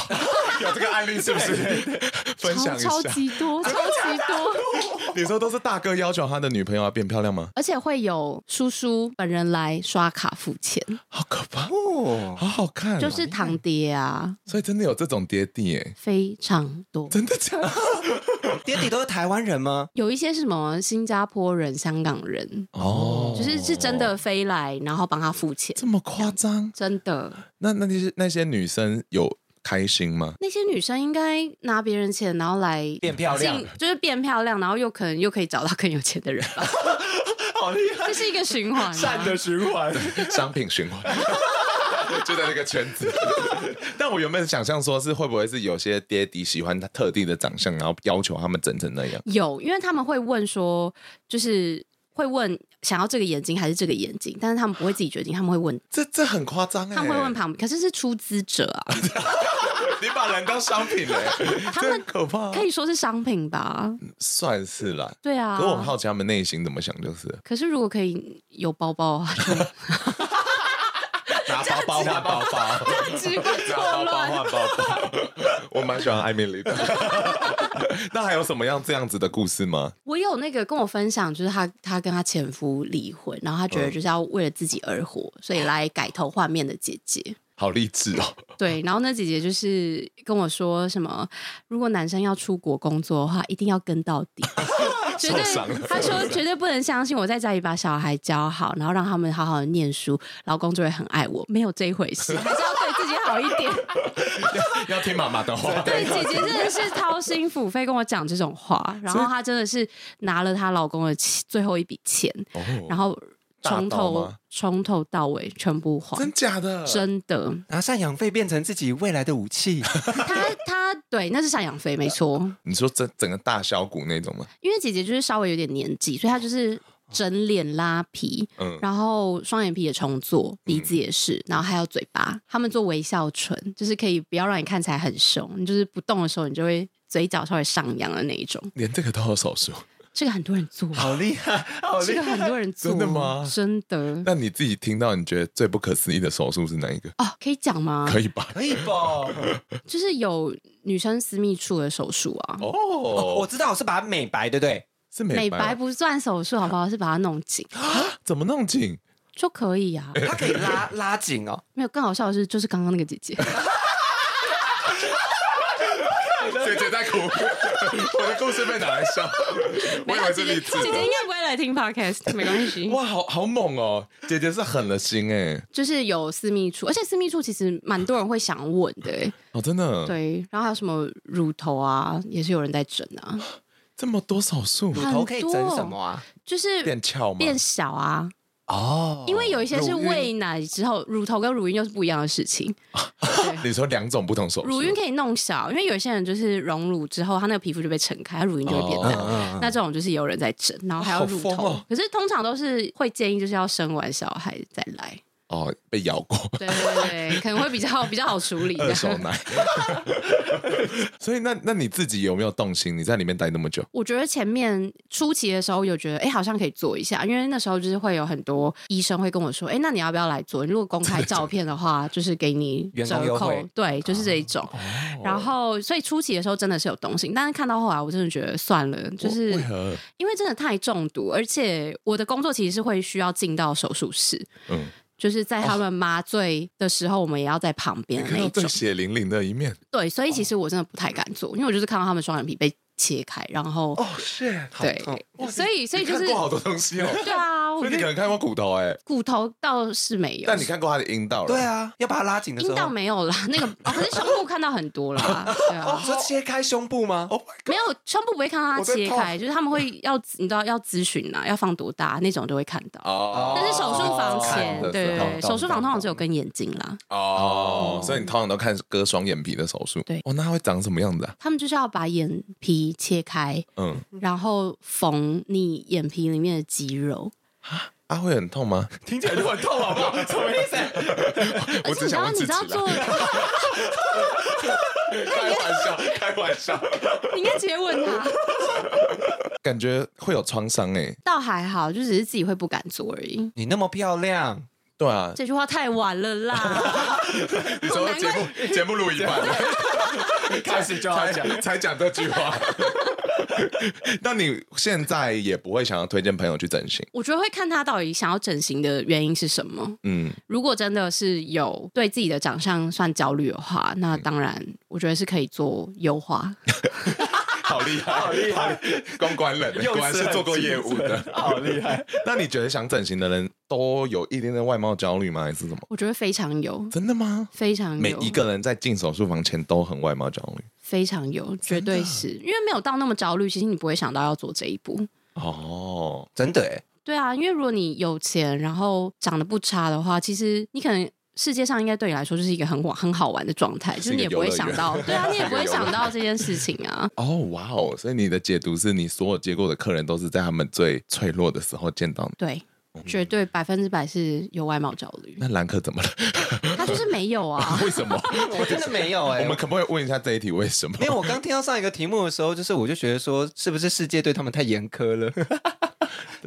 Speaker 1: 有这个案例是不是？哦分享
Speaker 2: 超
Speaker 1: 一下。
Speaker 2: 超级 多，超级多。
Speaker 1: 你说都是大哥要求他的女朋友要变漂亮吗？
Speaker 2: 而且会有叔叔本人来刷卡付钱，
Speaker 1: 好可怕，
Speaker 3: 哦，
Speaker 1: 好好看、
Speaker 2: 就是，堂爹啊，
Speaker 1: 所以真的有这种爹地耶，
Speaker 2: 非常多。
Speaker 1: 真的假的？
Speaker 3: 爹地都是台湾人吗？
Speaker 2: 有一些是什么新加坡人、香港人，
Speaker 1: 哦，
Speaker 2: 就是是真的飞来，然后帮他付钱，
Speaker 1: 这么夸张？
Speaker 2: 真的。
Speaker 1: 那那那些那些女生有开心吗？
Speaker 2: 那些女生应该拿别人钱，然后来
Speaker 3: 变漂亮
Speaker 2: 进，就是变漂亮，然后又可能又可以找到更有钱的人吧，
Speaker 3: 好厉害，
Speaker 2: 这是一个循 环、啊。
Speaker 3: 循环。
Speaker 1: 商品循环。 就在那个圈子，但我原本想象说是会不会是有些爹地喜欢他特定的长相，然后要求他们整成那样。
Speaker 2: 有，因为他们会问说，就是会问想要这个眼睛还是这个眼睛，但是他们不会自己决定，他们会问，
Speaker 1: 这这很夸张哎！
Speaker 2: 他们会问旁边，可是是出资者啊。
Speaker 1: 你把人当商品嘞、
Speaker 2: 他
Speaker 1: 这
Speaker 2: 们
Speaker 1: 很可
Speaker 3: 哦
Speaker 1: 怕、啊
Speaker 2: 可以说是商品吧？
Speaker 3: 嗯
Speaker 1: 算是啦。
Speaker 2: 对啊。
Speaker 1: 可是我很好奇他们内心怎么想，就是
Speaker 2: 可是如果可以有包 包啊，
Speaker 1: 拿包包换包包，
Speaker 2: 直观 错乱。
Speaker 1: 包包。我蛮喜欢艾米丽的。 那还有什么样这样子的故事吗？
Speaker 2: 我有那个跟我分享，就是她她跟她前夫离婚，然后她觉得就是要为了自己而活，所以来改头换面的姐 姐。
Speaker 1: 好励志哦！
Speaker 2: 对，然后那姐姐就是跟我说什么，如果男生要出国工作的话，一定要跟到 底，绝对
Speaker 1: 受伤了。
Speaker 2: 她说绝对不能相信我在家里把小孩教好，然后让他们好好的念书，老公就会很爱我，没有这一回事，还是要对自己好一点。
Speaker 1: 要听妈妈的话。
Speaker 2: 对，姐姐真的是掏心腹肺跟我讲这种话，然后她真的是拿了她老公的钱最后一笔钱，
Speaker 1: 哦
Speaker 2: 然后从
Speaker 1: 大刀
Speaker 2: 头
Speaker 1: 吗
Speaker 2: 从头到尾全部还。
Speaker 1: 真假的？
Speaker 2: 真的，
Speaker 3: 拿赡养费变成自己未来的武 器，
Speaker 2: 她她对，那是赡养费，没错。
Speaker 1: 你说整整个大小骨那种吗？
Speaker 2: 因为姐姐就是稍微有点年纪，所以她就是整脸拉皮，
Speaker 1: 嗯
Speaker 2: 然后双眼皮也重做，鼻子也是，然后还有嘴巴，他们做微笑唇，就是可以不要让你看起来很凶，你就是不动的时候，你就会嘴角稍微上扬的那一种。
Speaker 1: 连这个都有手术？
Speaker 2: 这个很多人做，
Speaker 3: 好厉害，好
Speaker 2: 这
Speaker 3: 厉
Speaker 2: 个
Speaker 3: 害！
Speaker 2: 很多人做，
Speaker 1: 真的吗
Speaker 2: 真的
Speaker 1: 那你自己听到你觉得最不可思议的手术是哪一个？
Speaker 2: 哦，可以讲吗？
Speaker 1: 可以吧？
Speaker 3: 可以吧？
Speaker 2: 就是有女生私密处的手术啊，
Speaker 1: 哦，
Speaker 3: 我知道是把它美白，对不 对？
Speaker 1: 是美
Speaker 2: 美
Speaker 1: 白
Speaker 2: 白
Speaker 1: 吗，
Speaker 2: 不算手术好不好？是把它弄紧
Speaker 1: 怎么弄紧？
Speaker 2: 就可以 啊。
Speaker 3: 它可以拉拉紧哦。
Speaker 2: 没有更好笑的是，就是刚刚那个姐姐，
Speaker 1: 姐姐在哭， 我的故事被拿来笑， 我以为是
Speaker 2: 姐姐
Speaker 1: 励志
Speaker 2: 姐姐
Speaker 1: 的
Speaker 2: 应。该不会来听 podcast，没关 系。
Speaker 1: 哇，好好猛哦！姐姐是狠了心哎、
Speaker 2: 就是有私密处，而且私密处其实蛮多人会想问的、欸，
Speaker 1: 哦，真的，，
Speaker 2: 对。然后还有什么乳头啊，也是有人在整啊，
Speaker 1: 这么多手术，
Speaker 2: 很
Speaker 3: 头可以整
Speaker 2: 多
Speaker 3: 什么啊？
Speaker 2: 就是
Speaker 1: 变翘吗？
Speaker 2: 变小啊，
Speaker 3: 哦，
Speaker 2: 因为有一些是
Speaker 1: 乳晕
Speaker 2: 喂奶之后，乳头跟乳晕又是不一样的事情。对
Speaker 1: 你说两种不同手术，
Speaker 2: 乳晕可以弄小，因为有些人就是溶乳之后，他那个皮肤就被撑开，他乳晕就会变大。
Speaker 1: 哦
Speaker 2: 那这种就是有人在整，然后还有乳
Speaker 1: 好
Speaker 2: 头，
Speaker 1: 疯哦
Speaker 2: 可是通常都是会建议就是要生完小孩再来，
Speaker 1: 哦，被咬 过，
Speaker 2: 对对对，可能会比较比较好处理。啊
Speaker 1: 二手奶。 所以那那你自己有没有动心？你在里面待那么久，
Speaker 2: 我觉得前面初期的时候有觉得，哎、好像可以做一下，因为那时候就是会有很多医生会跟我说，哎、那你要不要来做？你如果公开照片的话，就是给你
Speaker 3: 员工
Speaker 2: 折
Speaker 3: 优
Speaker 2: 扣
Speaker 3: 惠，
Speaker 2: 对，就是这一种。
Speaker 1: 哦
Speaker 2: 然后，所以初期的时候真的是有动心，但是看到后来，我真的觉得算了，就是
Speaker 1: 为何？
Speaker 2: 因为真的太中毒，而且我的工作其实是会需要进到手术室，
Speaker 1: 嗯，
Speaker 2: 就是在他们麻醉的时候，我们也要在旁边的
Speaker 1: 看
Speaker 2: 那
Speaker 1: 到
Speaker 2: 一种
Speaker 1: 最。血淋淋的一面，
Speaker 2: 对，所以
Speaker 1: 哦
Speaker 2: 其实我真的不太敢做，因为我就是看到他们双眼皮被切开，然后
Speaker 1: 哦，是，
Speaker 2: 对， 所以所以就
Speaker 1: 你
Speaker 2: 是
Speaker 1: 看过好多东西哦。
Speaker 2: 对啊，
Speaker 1: 所
Speaker 2: 我
Speaker 1: 以你可
Speaker 2: 觉得
Speaker 1: 能看过骨头哎、
Speaker 2: 骨头倒是没有，
Speaker 1: 但你看过他的阴道了。
Speaker 3: 对，啊，要把它拉紧的时
Speaker 2: 阴
Speaker 3: 候，
Speaker 2: 道没有啦，那个、哦、可是胸部看到很多啦， 对
Speaker 3: 哦，
Speaker 2: 啊
Speaker 3: 你。说切开胸部吗？哦，
Speaker 2: 没有胸部不会看到它切开，就是他们会要你知道要咨询啊，要放多大那种就会看到。
Speaker 1: 哦
Speaker 2: 但是手术房前，
Speaker 1: 哦
Speaker 2: 对对
Speaker 1: 懂
Speaker 2: 对，手术房通常只有跟眼睛啦，
Speaker 1: 哦，所以你通常都看割双眼皮的手术。
Speaker 2: 对
Speaker 1: 哦，那它会长什么样子啊？
Speaker 2: 他们就是要把眼皮切开，
Speaker 1: 嗯，
Speaker 2: 然后缝你眼皮里面的肌肉。
Speaker 1: 啊，会很痛吗？
Speaker 3: 听起来就很痛，好不好？什么意思？
Speaker 1: 我
Speaker 2: 而
Speaker 1: 只
Speaker 2: 且你知
Speaker 1: 想
Speaker 2: 道，
Speaker 1: 问
Speaker 2: 你
Speaker 1: 自己
Speaker 2: 知道做
Speaker 1: 啦。，开玩笑，开玩笑，
Speaker 2: 你应该直接问他。
Speaker 1: 感觉会有创伤哎。
Speaker 2: 倒还好，就只是自己会不敢做而已。
Speaker 3: 你那么漂亮，
Speaker 1: 对啊，
Speaker 2: 这句话太晚了啦，
Speaker 1: 你说
Speaker 2: 难
Speaker 1: 节
Speaker 2: 怪
Speaker 1: 目节目录一 半，
Speaker 3: 开始就
Speaker 1: 才讲才讲这句话。 那你现在也不会想要推荐朋友去整形？
Speaker 2: 我觉得会看他到底想要整形的原因是什么。
Speaker 1: 嗯，
Speaker 2: 如果真的是有对自己的长相算焦虑的话，
Speaker 1: 嗯
Speaker 2: 那当然我觉得是可以做优化。
Speaker 1: 好厉害，好厉害，公关人
Speaker 3: 又
Speaker 1: 果然是
Speaker 3: 是很
Speaker 1: 做过业务的。
Speaker 3: 好厉害！
Speaker 1: 那你觉得想整形的人都有一定的外貌焦虑吗？还是什么？
Speaker 2: 我觉得非常有，
Speaker 1: 真的吗？
Speaker 2: 非常有，
Speaker 1: 每一个人在进手术房前都很外貌焦虑
Speaker 2: 非常有，绝对是因为没有到那么焦虑，其实你不会想到要做这一步。
Speaker 1: 哦，
Speaker 3: 真的哎，
Speaker 2: 对啊，因为如果你有钱，然后长得不差的话，其实你可能世界上应该对你来说就是一个很玩很好玩的状态，就是
Speaker 1: 一
Speaker 2: 你
Speaker 1: 个
Speaker 2: 也不会
Speaker 1: 游乐园
Speaker 2: 想 到，对啊，你也不会想到这件事情啊。
Speaker 1: 哦，哇哦！所以你的解读是你所有接过的客人都是在他们最脆弱的时候见到你。
Speaker 2: 对，
Speaker 1: 嗯
Speaker 2: 绝对百分之百是有外貌焦虑，
Speaker 1: 那兰克怎么了？。
Speaker 2: 他就是没有啊
Speaker 1: 为 什么？
Speaker 3: 我真的没有哎
Speaker 1: 我们。可不可以问一下这一题为什么
Speaker 3: 因？为我刚听到上一个题目的时候，就是我就觉得说，是不是世界对他们太严苛 了？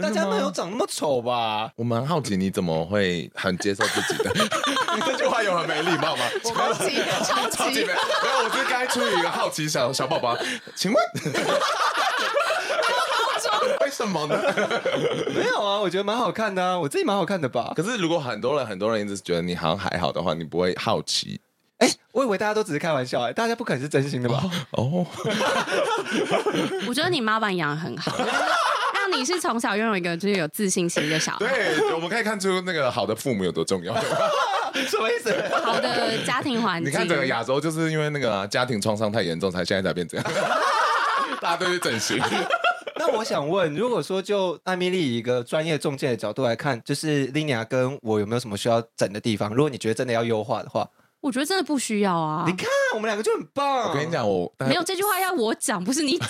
Speaker 3: 大家没有长那么丑吧？
Speaker 1: 我蛮好奇你怎么会很接受自己 的？你这句话有很没礼貌吗？
Speaker 2: 我超级超
Speaker 1: 超级没，没有，我是该出于一个好奇小小宝宝，请问， 为什么呢？
Speaker 3: 没有啊，我觉得蛮好看的啊，我自己蛮好看的吧
Speaker 1: 可。是如果很多人很多人一直觉得你好像还好的话，你不会好奇
Speaker 3: 哎，我以为大家都只是开玩笑，哎，大家不可能是真心的吧？
Speaker 1: 哦？
Speaker 2: 我觉得你妈把你养得很好，让你是从小拥有一个就是有自信心的小孩，
Speaker 1: 对，我们可以看出那个好的父母有多重要。
Speaker 3: 什么意思？
Speaker 2: 好的家庭环
Speaker 1: 你
Speaker 2: 境。
Speaker 1: 看整个亚洲，就是因为那个啊、家庭创伤太严重，才现在才变 这样。大家都去整形，
Speaker 3: 那我想问，如果说就艾米丽以一个专业中介的角度来看，就是莉 i n 跟我有没有什么需要整的地方？如果你觉得真的要优化的话，
Speaker 2: 我觉得真的不需要啊
Speaker 3: 你。看啊我们两个就很棒。
Speaker 1: 我跟你，讲，我大概
Speaker 2: 没有这句话要我讲，不是你讲。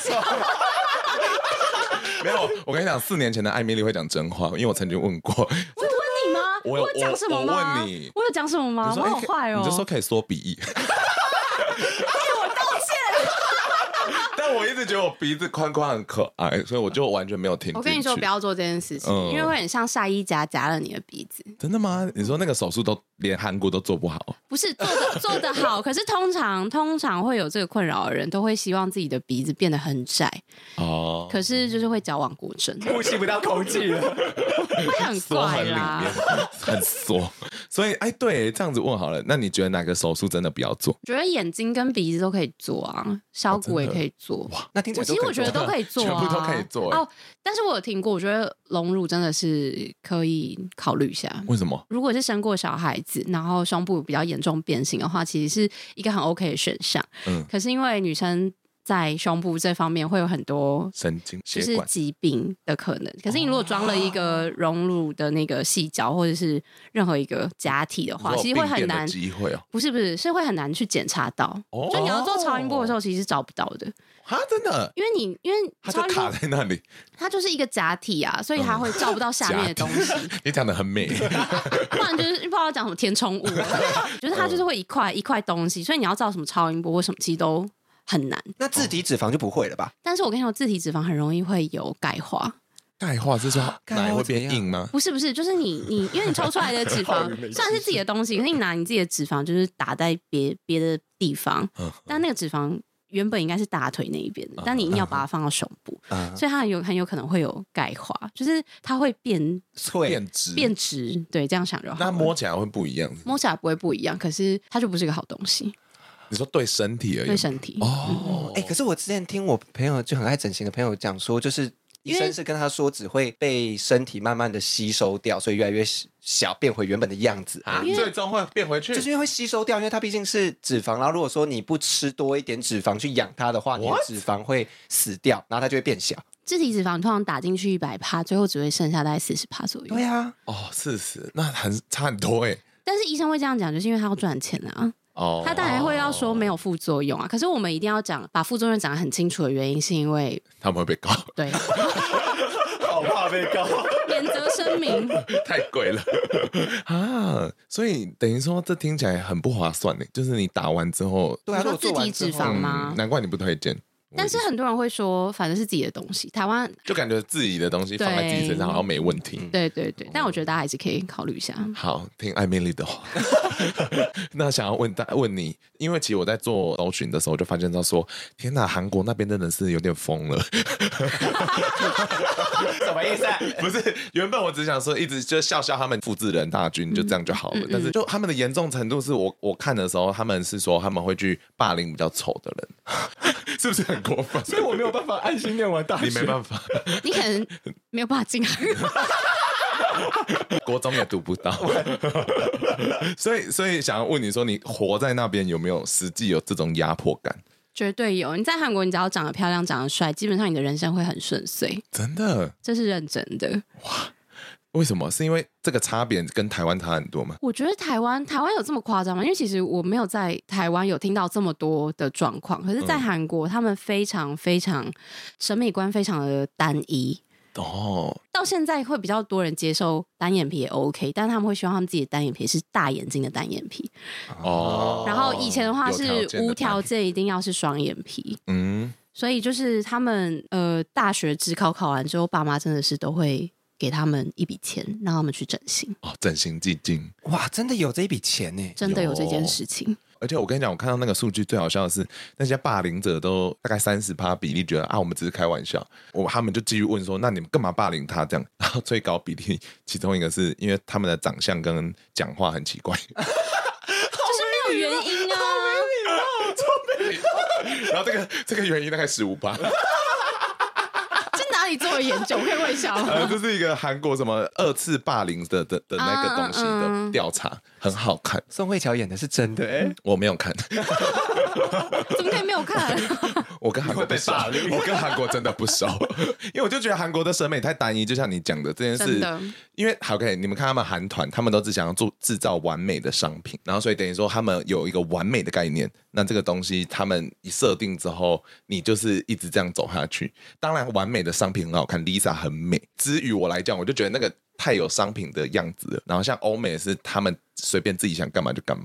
Speaker 1: 没有，我跟你讲，四年前的艾米丽会讲真话，因为我曾经问过，
Speaker 2: 我有问你吗？
Speaker 1: 我有
Speaker 2: 有讲什么
Speaker 1: 我
Speaker 2: 吗？
Speaker 1: 我问你
Speaker 2: 我有讲什么吗
Speaker 1: 你？
Speaker 2: 我
Speaker 1: 说
Speaker 2: 好
Speaker 1: 哎可
Speaker 2: 坏哦！
Speaker 1: 你就说可以缩鼻翼，
Speaker 2: 哎我道歉，
Speaker 1: 但我一直觉得我鼻子宽宽很可爱，所以我就完全没有听进去。
Speaker 2: 我跟你说，不要做这件事情，
Speaker 1: 嗯
Speaker 2: 因为会很像晒衣夹夹了你的鼻子。
Speaker 1: 真的吗？你说那个手术都连韩国都做不好，
Speaker 2: 不是做的做的 好，可是通常通常会有这个困扰的人，都会希望自己的鼻子变得很窄，
Speaker 1: 哦，
Speaker 2: 可是就是会矫枉过正，
Speaker 3: 呼吸不到空气了。
Speaker 2: 会很
Speaker 1: 缩
Speaker 2: 怪
Speaker 1: 很里
Speaker 2: 啦
Speaker 1: 面。，很缩。 所以，哎，对，这样子问好了，那你觉得哪个手术真的不要做？
Speaker 2: 我觉得眼睛跟鼻子都可以做
Speaker 1: 哦
Speaker 2: 啊，小骨也可以做。
Speaker 3: 那听起
Speaker 2: 我
Speaker 3: 来
Speaker 2: 其
Speaker 3: 都
Speaker 2: 实
Speaker 3: 可
Speaker 2: 我
Speaker 3: 以
Speaker 2: 觉得
Speaker 3: 做
Speaker 2: 都可以做、啊，
Speaker 1: 全部都可以做欸
Speaker 2: 哦。但是我有听过，我觉得隆乳真的是可以考虑一下。
Speaker 1: 为什么？
Speaker 2: 如果是生过小孩子，然后胸部比较严重变形的话，其实是一个很 OK 的选项。
Speaker 1: 嗯
Speaker 2: 可是因为女生在胸部这方面会有很多
Speaker 1: 神经血
Speaker 2: 就是
Speaker 1: 管哦
Speaker 2: 疾病的可能。可是你如果装了一个隆乳的那个细胶，或者是任何一个假体的话，
Speaker 1: 你说有
Speaker 2: 其实会
Speaker 1: 病
Speaker 2: 很
Speaker 1: 变的
Speaker 2: 难。
Speaker 1: 机会哦。
Speaker 2: 不是不是，是会很难去检查到。
Speaker 1: 哦
Speaker 2: 就你要做超音波的时候，其实是找不到的，
Speaker 1: 啊，真的，
Speaker 2: 因为你因为
Speaker 1: 哦它就
Speaker 2: 超音
Speaker 1: 卡嗯
Speaker 2: 波
Speaker 1: 在那里。
Speaker 2: 它就是一个假体啊，所以它会照不到下 面的东西。
Speaker 1: 你讲的很 美，
Speaker 2: 不然就是不知道讲什么填充物，啊 就是它就是会一块一块东西，所以你要照什么超音波或什么其实都很难。
Speaker 3: 那自体脂肪就不会了吧？
Speaker 2: 但是我跟你说，自体脂肪很容易会有钙化，
Speaker 1: 钙化是说
Speaker 3: 钙化
Speaker 1: 奶会变
Speaker 3: 怎么样
Speaker 1: 硬吗？
Speaker 2: 不是不是，就是你你因为你抽出来的脂 肪虽然是自己的东西，可是你拿你自己的脂肪就是打在别别的地方，
Speaker 1: 嗯，
Speaker 2: 但那个脂肪原本应该是大腿那一边的，但你硬
Speaker 1: 嗯
Speaker 2: 要把它放到胸部，
Speaker 3: 啊，
Speaker 2: 所以它很有很有可能会有钙化，就是它会变
Speaker 3: 脆
Speaker 1: 变直，
Speaker 2: 变直，对，这样想就好了。
Speaker 1: 那摸起来会不一样。
Speaker 2: 摸起来不会不一样，可是它就不是一个好东西，
Speaker 1: 你说对身体而
Speaker 2: 对
Speaker 1: 已
Speaker 2: 身体。
Speaker 1: 哎哦，
Speaker 3: 哎、可是我之前听我朋友就很爱整形的朋友讲说，就是医
Speaker 2: 因为
Speaker 3: 生是跟他说只会被身体慢慢的吸收掉，所以越来越小，变回原本的样子啊。
Speaker 2: 因为
Speaker 1: 最终会变回去
Speaker 3: 就是因为会吸收掉，因为它毕竟是脂肪，然后如果说你不吃多一点脂肪去养它的话，你的
Speaker 1: What？
Speaker 3: 脂肪会死掉，然后它就会变小。
Speaker 2: 自体脂肪通常打进去一百帕，最后只会剩下大概四十帕左右。
Speaker 3: 对啊，
Speaker 1: 哦，四十，那很差很多哎。
Speaker 2: 但是医生会这样讲，就是因为他要赚钱啊，
Speaker 1: 哦，
Speaker 2: 他当然会要说没有副作用啊。可是我们一定要讲，把副作用讲得很清楚的原因，是因为
Speaker 1: 他们会被告，
Speaker 2: 对
Speaker 3: 好怕被告。
Speaker 2: 免责声明。
Speaker 1: 太贵了啊！所以等于说，这听起来很不划算呢。欸就是你打完之后，嗯
Speaker 3: 对啊，
Speaker 2: 你说
Speaker 3: 如果做
Speaker 2: 自体
Speaker 3: 完之
Speaker 2: 脂
Speaker 3: 后
Speaker 2: 肪吗
Speaker 1: 难怪你不推荐。
Speaker 2: 但是很多人会说，反正是自己的东西。台湾，
Speaker 1: 就感觉自己的东西放在自己身上好像没问题。
Speaker 2: 对对对，但我觉得大家还是可以考虑一下。
Speaker 1: 好，听艾米丽的话。那想要问大问你，因为其实我在做搜寻的时候，就发现到说，天哪，韩国那边真的是有点疯了。
Speaker 3: 什么意思、 啊？
Speaker 1: 不是，原本我只想说，一直就笑笑他们复制人大军，
Speaker 2: 嗯
Speaker 1: 就这样就好了。但是就他们的严重程度，是我我看的时候，他们是说他们会去霸凌比较丑的人， 是不是很过 分？
Speaker 3: 所以我没有办法安心念完大学，
Speaker 1: 你没办法，
Speaker 2: 你可能没有办法进来，
Speaker 1: 国中也读不到， 所以所以想要问你说，你活在那边有没有实际有这种压迫感？
Speaker 2: 绝对有。你在韩国，你只要长得漂亮、长得帅，基本上你的人生会很顺遂，
Speaker 1: 真的？
Speaker 2: 这是认真的。
Speaker 1: 为什么？是因为这个差别跟台湾差很多吗？
Speaker 2: 我觉得台湾台湾有这么夸张吗？因为其实我没有在台湾有听到这么多的状况，可是，
Speaker 1: 嗯
Speaker 2: 在韩国、他们非常非常审美观非常的单一，
Speaker 1: 哦，
Speaker 2: 到现在会比较多人接受单眼皮也 OK，但他们会希望他们自己的单眼皮是大眼睛的单眼皮，
Speaker 1: 哦
Speaker 2: 然后以前的话
Speaker 1: 有条
Speaker 2: 是
Speaker 1: 件的
Speaker 2: 无条件一定要是双眼皮，
Speaker 1: 嗯，
Speaker 2: 所以就是他们呃大学只考考完之后，爸妈真的是都会给他们一笔钱让他们去整形，
Speaker 1: 哦，整形基金。
Speaker 3: 哇，真的有这一笔钱呢、
Speaker 2: 真的有这件
Speaker 1: 有
Speaker 2: 事情。
Speaker 1: 而且我跟你讲，我看到那个数据最好笑的是，那些霸凌者都大概三十趴比例觉得啊，我们只是开玩笑。我他们就继续问说，那你们干嘛霸凌他这样？然后最高比例，其中一个是因为他们的长相跟讲话很奇怪，
Speaker 2: 就是没有原因啊。
Speaker 1: 然后这个这个原因大概十五趴。
Speaker 2: 这哪里做的研究？我可以问一下 吗？
Speaker 1: 呃，这是一个韩国什么二次霸凌的的的那个东西
Speaker 2: 嗯嗯
Speaker 1: 的
Speaker 2: 嗯
Speaker 1: 调查，很好看，
Speaker 3: 宋慧乔演的是真的哎、
Speaker 1: 我没有看。
Speaker 2: 怎么可以没有 看？
Speaker 1: 我跟韩国不熟， 我跟韩国真的不熟，因为我就觉得韩国的审美太单一，就像你讲的这件
Speaker 2: 真
Speaker 1: 事
Speaker 2: 的，
Speaker 1: 因为 OK，你们看他们韩团，他们都只想要做制造完美的商品，然后所以等于说他们有一个完美的概念，那这个东西他们一设定之后，你就是一直这样走下去。当然，完美的商品很好看，Lisa 很美。至于我来讲，我就觉得那个太有商品的样子了。然后像欧美是他们随便自己想干嘛就干嘛。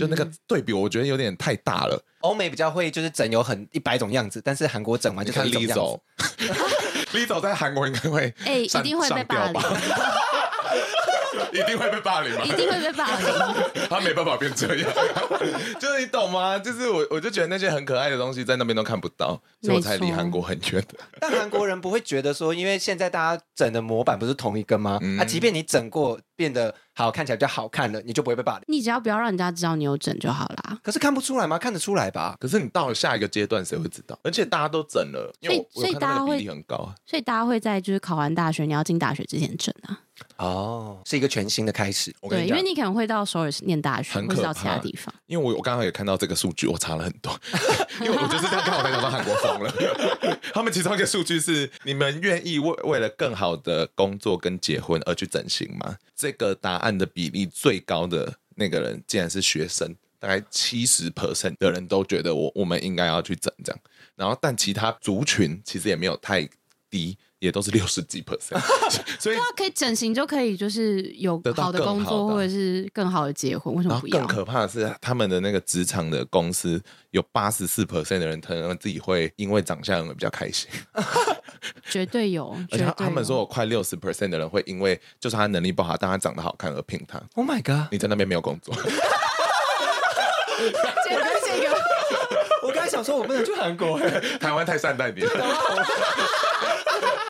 Speaker 1: 就那个
Speaker 2: 嗯
Speaker 1: 对比，我觉得有点太大了。
Speaker 3: 欧美比较会就是整有很一百种样子，但是韩国整完
Speaker 1: 你
Speaker 3: 啊就
Speaker 1: 看
Speaker 3: 是一种
Speaker 1: Lee
Speaker 3: 样子。
Speaker 1: 总 ，Lee 总在韩国应该会
Speaker 2: 哎一
Speaker 1: 上
Speaker 2: 定会被霸
Speaker 1: 上吊
Speaker 2: 凌
Speaker 1: 吧 一定会被霸凌吧？
Speaker 2: 一 定会被霸凌。
Speaker 1: 他没办法变这样， 就是你懂吗？就是我，我就觉得那些很可爱的东西在那边都看不到，所以我才离
Speaker 2: 没错
Speaker 1: 韩国很远。
Speaker 3: 但韩国人不会觉得说，因为现在大家整的模板不是同一个吗？
Speaker 1: 嗯
Speaker 3: 啊，即便你整过变得好看起来比较好看了，你就不会被霸凌。
Speaker 2: 你只要不要让人家知道你有整就好啦。
Speaker 3: 可是看不出来吗？看得出来吧？
Speaker 1: 可是你到了下一个阶段，谁会知道？而且大家都整了，因为我
Speaker 2: 所以
Speaker 1: 我有看到那
Speaker 2: 所以大家
Speaker 1: 个
Speaker 2: 会
Speaker 1: 比例很高啊。
Speaker 2: 所以大家会在就是考完大学，你要进大学之前整啊。
Speaker 3: 哦，是一个全新的开始。
Speaker 1: 我跟
Speaker 2: 对，
Speaker 1: 你
Speaker 2: 因
Speaker 1: 讲
Speaker 2: 为，你可能会到首尔念大学，
Speaker 1: 很
Speaker 2: 或
Speaker 1: 可
Speaker 2: 者到其他
Speaker 1: 怕
Speaker 2: 地方。
Speaker 1: 因为我我刚刚也看到这个数据，我查了很多， 因为我就是这样看，我才想到韩国疯了。 他们其中一个数据是：你们愿意为为了更好的工作跟结婚而去整形吗？这个答案的比例最高的那个人，竟然是学生，大概七十 percent 的人都觉得我我们应该要去整这样。然后，但其他族群其实也没有太低，也都是六十几 percent，所以
Speaker 2: 那可以整形就可以，就是有
Speaker 1: 得到
Speaker 2: 好的
Speaker 1: 更
Speaker 2: 工
Speaker 1: 好的
Speaker 2: 作或者是更好的结婚，为什
Speaker 1: 然
Speaker 2: 么
Speaker 1: 后
Speaker 2: 不要
Speaker 1: 更？可怕的是，他们的那个职场的公司有八十四 percent 的人，可能自己会因为长相而比较开心，
Speaker 2: 绝对有，
Speaker 1: 而且
Speaker 2: 绝对
Speaker 1: 他
Speaker 2: 有。
Speaker 1: 他们说有快六十 percent 的人会因为就是他能力不好，但他长得好看而聘他。
Speaker 3: Oh my god！
Speaker 1: 你在那边没有工作，
Speaker 2: 绝对是一个
Speaker 3: 我刚才想说，我不能去韩国、欸，
Speaker 1: 台湾太善待你了。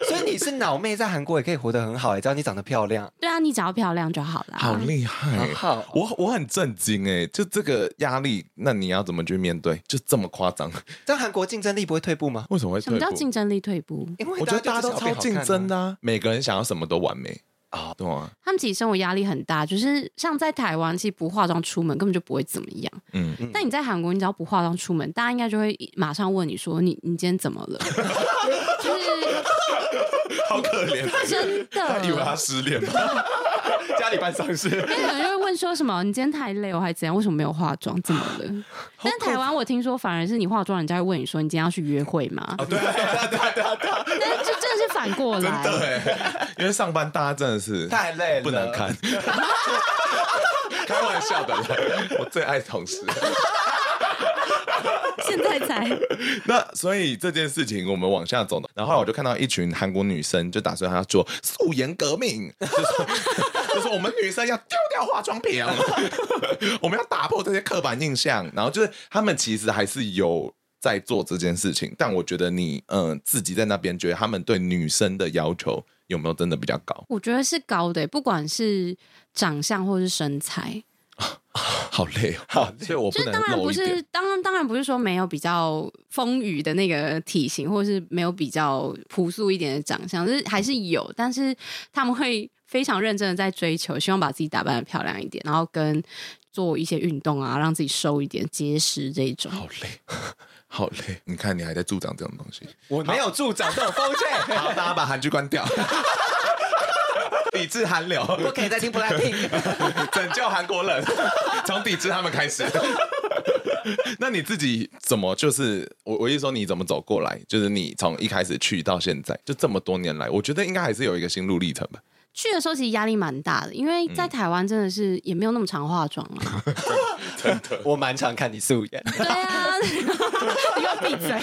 Speaker 3: 所以你是脑妹，在韩国也可以活得很好、欸，只要你长得漂亮。
Speaker 2: 对啊，你只要漂亮就 好啦。
Speaker 1: 好厉害！
Speaker 3: 好好
Speaker 1: 我我很震惊哎，就这个压力，那你要怎么去面对？就这么夸张，
Speaker 3: 但韩国竞争力不会退步吗？
Speaker 1: 为什么会
Speaker 2: 什
Speaker 1: 退
Speaker 2: 么叫
Speaker 1: 步？
Speaker 2: 竞争力退步？
Speaker 3: 因为
Speaker 1: 我觉得大家都
Speaker 3: 就只想
Speaker 1: 超
Speaker 3: 要变
Speaker 1: 竞
Speaker 3: 好看啊
Speaker 1: 争的、啊，每个人想要什么都完美
Speaker 2: 哦
Speaker 1: 啊，懂吗？
Speaker 2: 他们其实生活压力很大，就是像在台湾，其实不化妆出门根本就不会怎么样。
Speaker 1: 嗯，
Speaker 2: 但你在韩国，你只要不化妆出门，大家应该就会马上问你说：“你你今天怎 么了？”就是
Speaker 1: 好可 怜，
Speaker 2: 真
Speaker 1: 他以为他
Speaker 2: 的，
Speaker 1: 失恋了。
Speaker 3: 家里办丧事，
Speaker 2: 那有人就会问说什么：“你今天太累哦，还是怎样？为什么没有化妆？怎么了？”但台湾我听说，反而是你化妆，人家会问你说：“你今天要去约会 吗？”
Speaker 1: 对啊对啊对啊对啊对啊，
Speaker 2: 但是这真的是反过
Speaker 1: 真
Speaker 2: 来，
Speaker 1: 的哎， 因为上班大家真的是
Speaker 3: 太累了，
Speaker 1: 不能看， 开玩笑的啦， 我最爱同事。
Speaker 2: 现在才
Speaker 1: 那所以这件事情我们往下走呢，然后后来我就看到一群韩国女生就打算要做素颜革命， 就说就说我们女生要丢掉化妆品，啊 我们要打破这些刻板印象，然后就是他们其实还是有。在做这件事情，但我觉得你，嗯、自己在那边觉得他们对女生的要求有没有真的比较高？
Speaker 2: 我觉得是高的、欸不管是长相或是身材，
Speaker 1: 好累哦，好所以我不
Speaker 2: 就是
Speaker 1: 能
Speaker 2: 当然
Speaker 1: 露
Speaker 2: 不
Speaker 1: 一点。
Speaker 2: 是当当然不是说没有比较丰腴的那个体型，或是没有比较朴素一点的长相，就是还是有，但是他们会非常认真的在追求，希望把自己打扮的漂亮一点，然后跟做一些运动啊，让自己瘦一点、结实这一种。
Speaker 1: 好累，好累。 你看，你还在助长这种东西。
Speaker 3: 我没有助长这种风气，
Speaker 1: 好，大家把韩剧关掉， 抵制韩流，
Speaker 3: 不可以再听 BLACKPINK。
Speaker 1: 拯救韩国人，从抵制他们开始。 那你自己怎么就是我我一说你怎么走过来，就是你从一开始去到现在，就这么多年来，我觉得应该还是有一个心路历程吧。
Speaker 2: 去的时候其实压力蛮大的，因为
Speaker 1: 嗯
Speaker 2: 在台湾真的是也没有那么常化妆 啊。
Speaker 3: 我蛮常看你素颜，
Speaker 2: 对啊， 你要闭嘴。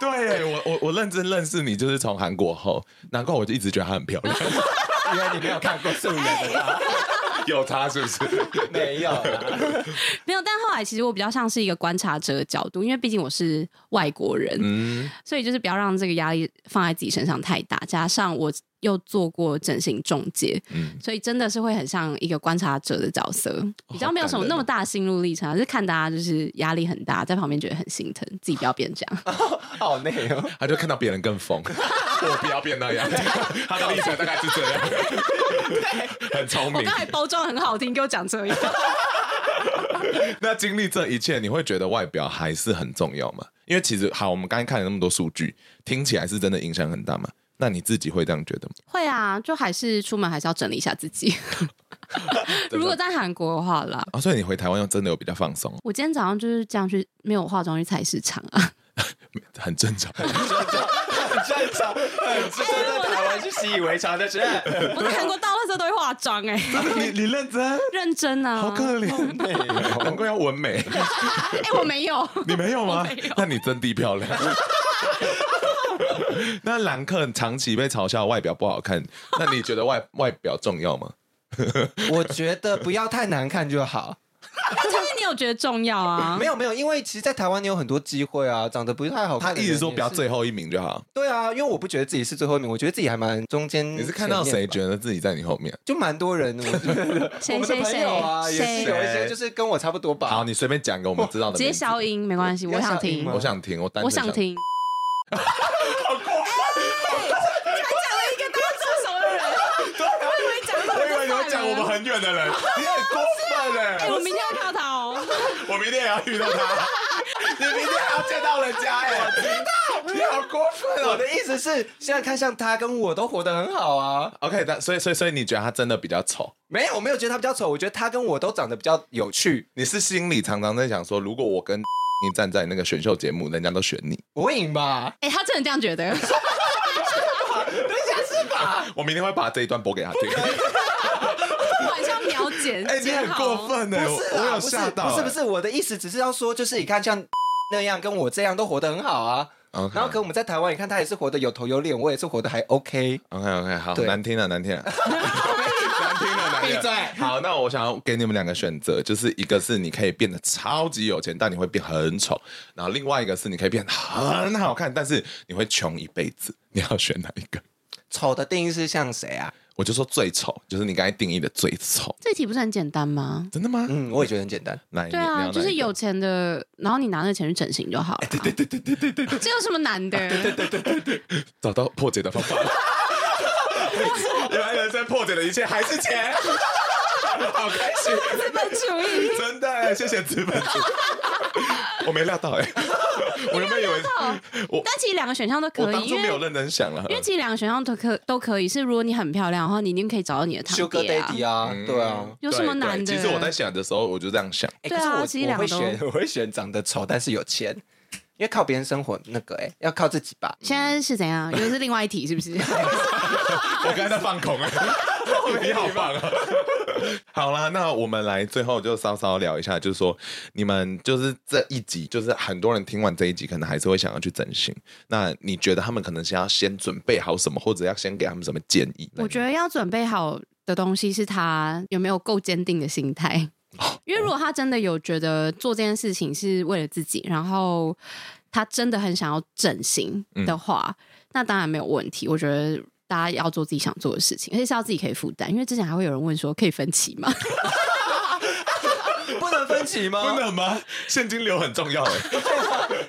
Speaker 1: 对我我我认真认识你，就是从韩国后，难怪我就一直觉得她很漂亮，
Speaker 3: 因为你没有看过素颜的吧？
Speaker 1: 有她是不 是？
Speaker 3: 没有啦。
Speaker 2: 没有，但后来其实我比较像是一个观察者的角度，因为毕竟我是外国人，
Speaker 1: 嗯，
Speaker 2: 所以就是不要让这个压力放在自己身上太大。加上我又做过整形中介，
Speaker 1: 嗯
Speaker 2: 所以真的是会很像一个观察者的角色，比较没有什
Speaker 1: 好感
Speaker 2: 么
Speaker 1: 人哦
Speaker 2: 那么大的心路历程啊，就是看大家就是压力很大，在旁边觉得很心疼，自己不要变这样。
Speaker 3: 好累哦。
Speaker 1: 他就看到别人更疯， 我不要变那 样。他的历程大概是这样，很聪
Speaker 2: 我
Speaker 1: 明
Speaker 2: 刚。才包装很好听，给我讲这样。
Speaker 1: 那经历这一切，你会觉得外表还是很重要吗？因为其实好，我们刚才看了那么多数据，听起来是真的影响很大嘛？那你自己会这样觉得吗？
Speaker 2: 会啊，就还是出门还是要整理一下自 己。如果在韩国的话啦，
Speaker 1: 啊，所以你回台湾又真的有比较放松，
Speaker 2: 我今天早 上就是这样去，没有化妆去菜市场啊。
Speaker 1: 很正常。
Speaker 3: 很擅长，很真的在台湾是习以为常的事。
Speaker 2: 我在韩国到那时候都会化妆 哎、
Speaker 1: 你你认真，
Speaker 2: 认真啊，
Speaker 1: 好哦可怜， 难怪要纹眉，
Speaker 2: 哎、我没有，
Speaker 1: 你没有吗
Speaker 2: 我没有？
Speaker 1: 那你真的漂亮。 那兰克长期被嘲笑外表不好看，那你觉得外 外表重要吗？
Speaker 3: 我觉得不要太难看就好。
Speaker 2: 啊就是你有觉得重要啊？
Speaker 3: 没有没有，因为其实，在台湾你有很多机会啊，长得不太好
Speaker 1: 他
Speaker 3: 看的
Speaker 1: 一
Speaker 3: 人也
Speaker 1: 直
Speaker 3: 是。
Speaker 1: 说不要最后一名就好。
Speaker 3: 对啊，因为我不觉得自己是最后一名，我觉得自己还蛮中间。
Speaker 1: 你是看到谁觉得自己在你后面？
Speaker 3: 就蛮多人，我觉得
Speaker 2: 谁
Speaker 3: 我们的朋友啊，
Speaker 2: 谁
Speaker 3: 也是有一些
Speaker 1: 谁
Speaker 3: 就是跟我差不多吧。
Speaker 1: 好，你随便讲一个我们知道的
Speaker 2: 直接
Speaker 1: 名字。
Speaker 2: 消音没关系，我想听
Speaker 3: 要消音，吗
Speaker 1: 我想听，我单纯
Speaker 2: 我想。听。
Speaker 1: 我以哎为你会讲我们很远的人，你很过分哎
Speaker 2: 哎、我明天要跳槽哦，
Speaker 1: 我明天也要遇到 他，你明天还要见到人家哎、我知道， 你好过分
Speaker 3: 我
Speaker 1: 哦。
Speaker 3: 的意思是，现在看像他跟我都活得很好啊。
Speaker 1: OK，但所以所以所以你觉得他真的比较丑？
Speaker 3: 没有，我没有觉得他比较丑，我觉得他跟我都长得比较有趣。
Speaker 1: 你是心里常常在想说，如果我跟 你站在那个选秀节目，人家都选你，
Speaker 3: 我会赢吧？
Speaker 2: 哎、他真的这样觉得，
Speaker 1: 我明天会把这一段播给 他听。
Speaker 2: 晚上秒剪，
Speaker 1: 哎、你
Speaker 2: 剪
Speaker 1: 很
Speaker 2: 好哦
Speaker 1: 过。分哎、
Speaker 3: 不
Speaker 1: 我
Speaker 3: 是
Speaker 1: 我
Speaker 3: 啦，
Speaker 1: 有
Speaker 3: 不是
Speaker 1: 吓，到、欸
Speaker 3: 不是，不是，我的意思只是要说，就是你看像那样跟我这样都活得很好啊。
Speaker 1: OK
Speaker 3: 然后可我们在台湾，你看他也是活得有头有脸，我也是活得还 OK。
Speaker 1: OK OK，好，
Speaker 3: 对
Speaker 1: 难听了，难 听了，难听了，难听了。
Speaker 3: 闭嘴
Speaker 1: 好，那我想要给你们两个选择，就是一个是你可以变得超级有钱，但你会变很丑；然后另外一个是你可以变得很好看，但是你会穷一辈子。你要选哪一个？
Speaker 3: 丑的定义是像谁啊？
Speaker 1: 我就说最丑，就是你刚才定义的最丑。
Speaker 2: 这题不是很简单吗？
Speaker 1: 真的吗？
Speaker 3: 嗯，我也觉得很简单。
Speaker 1: 来，
Speaker 2: 对
Speaker 1: 你你
Speaker 2: 啊，
Speaker 1: 要
Speaker 2: 就
Speaker 1: 哪一个
Speaker 2: 是有钱的，然后你拿那个钱去整形就好了。对对对对对对对，这有什么难的？
Speaker 1: 找到破解的方法了。原来人生破解的一切还是钱， 好开心。
Speaker 2: 资本主义，
Speaker 1: 真的耶，谢谢资本主义我没料到 哎、我原本以为我
Speaker 2: 但其实两个选项都
Speaker 1: 我
Speaker 2: 可
Speaker 1: 当
Speaker 2: 以，
Speaker 1: 初
Speaker 2: 因
Speaker 1: 没有
Speaker 2: 为
Speaker 1: 认真想了
Speaker 2: 因。为其实两个选项都可都可以。是如果你很漂亮的话，你一定可以找到你的堂
Speaker 3: Sugar
Speaker 2: 爹啊。
Speaker 3: Daddy 啊，
Speaker 1: 嗯
Speaker 3: 对啊。
Speaker 2: 有什么
Speaker 1: 对对
Speaker 2: 难的
Speaker 1: 其实我在想的时候，我就这样想，
Speaker 3: 哎
Speaker 2: 对啊
Speaker 3: 可是我
Speaker 2: 其实
Speaker 3: 我
Speaker 2: 两个
Speaker 3: 会
Speaker 2: 都
Speaker 3: 选，我会选长得丑但是有钱，因为靠别人生活那个哎、要靠自己
Speaker 1: 嗯
Speaker 3: 吧。
Speaker 2: 现在是怎样？又是另外一题，是不是？
Speaker 1: 我刚才在放空哎、你好棒啊！好啦，那我们来最后就稍稍聊一下，就是说你们就是这一集，就是很多人听完这一集，可能还是会想要去整形。那你觉得他们可能是要先准备好什么，或者要先给他们什么建议？
Speaker 2: 我觉得要准备好的东西是他有没有够坚定的心态，因为如果他真的有觉得做这件事情是为了自己，然后他真的很想要整形的话，那当然没有问题。我觉得。大家要做自己想做的事情，而且是要自己可以负担。因为之前还会有人问说，可以分期吗？
Speaker 3: 不能分歧吗？
Speaker 1: 真的吗？现金流很重要哎、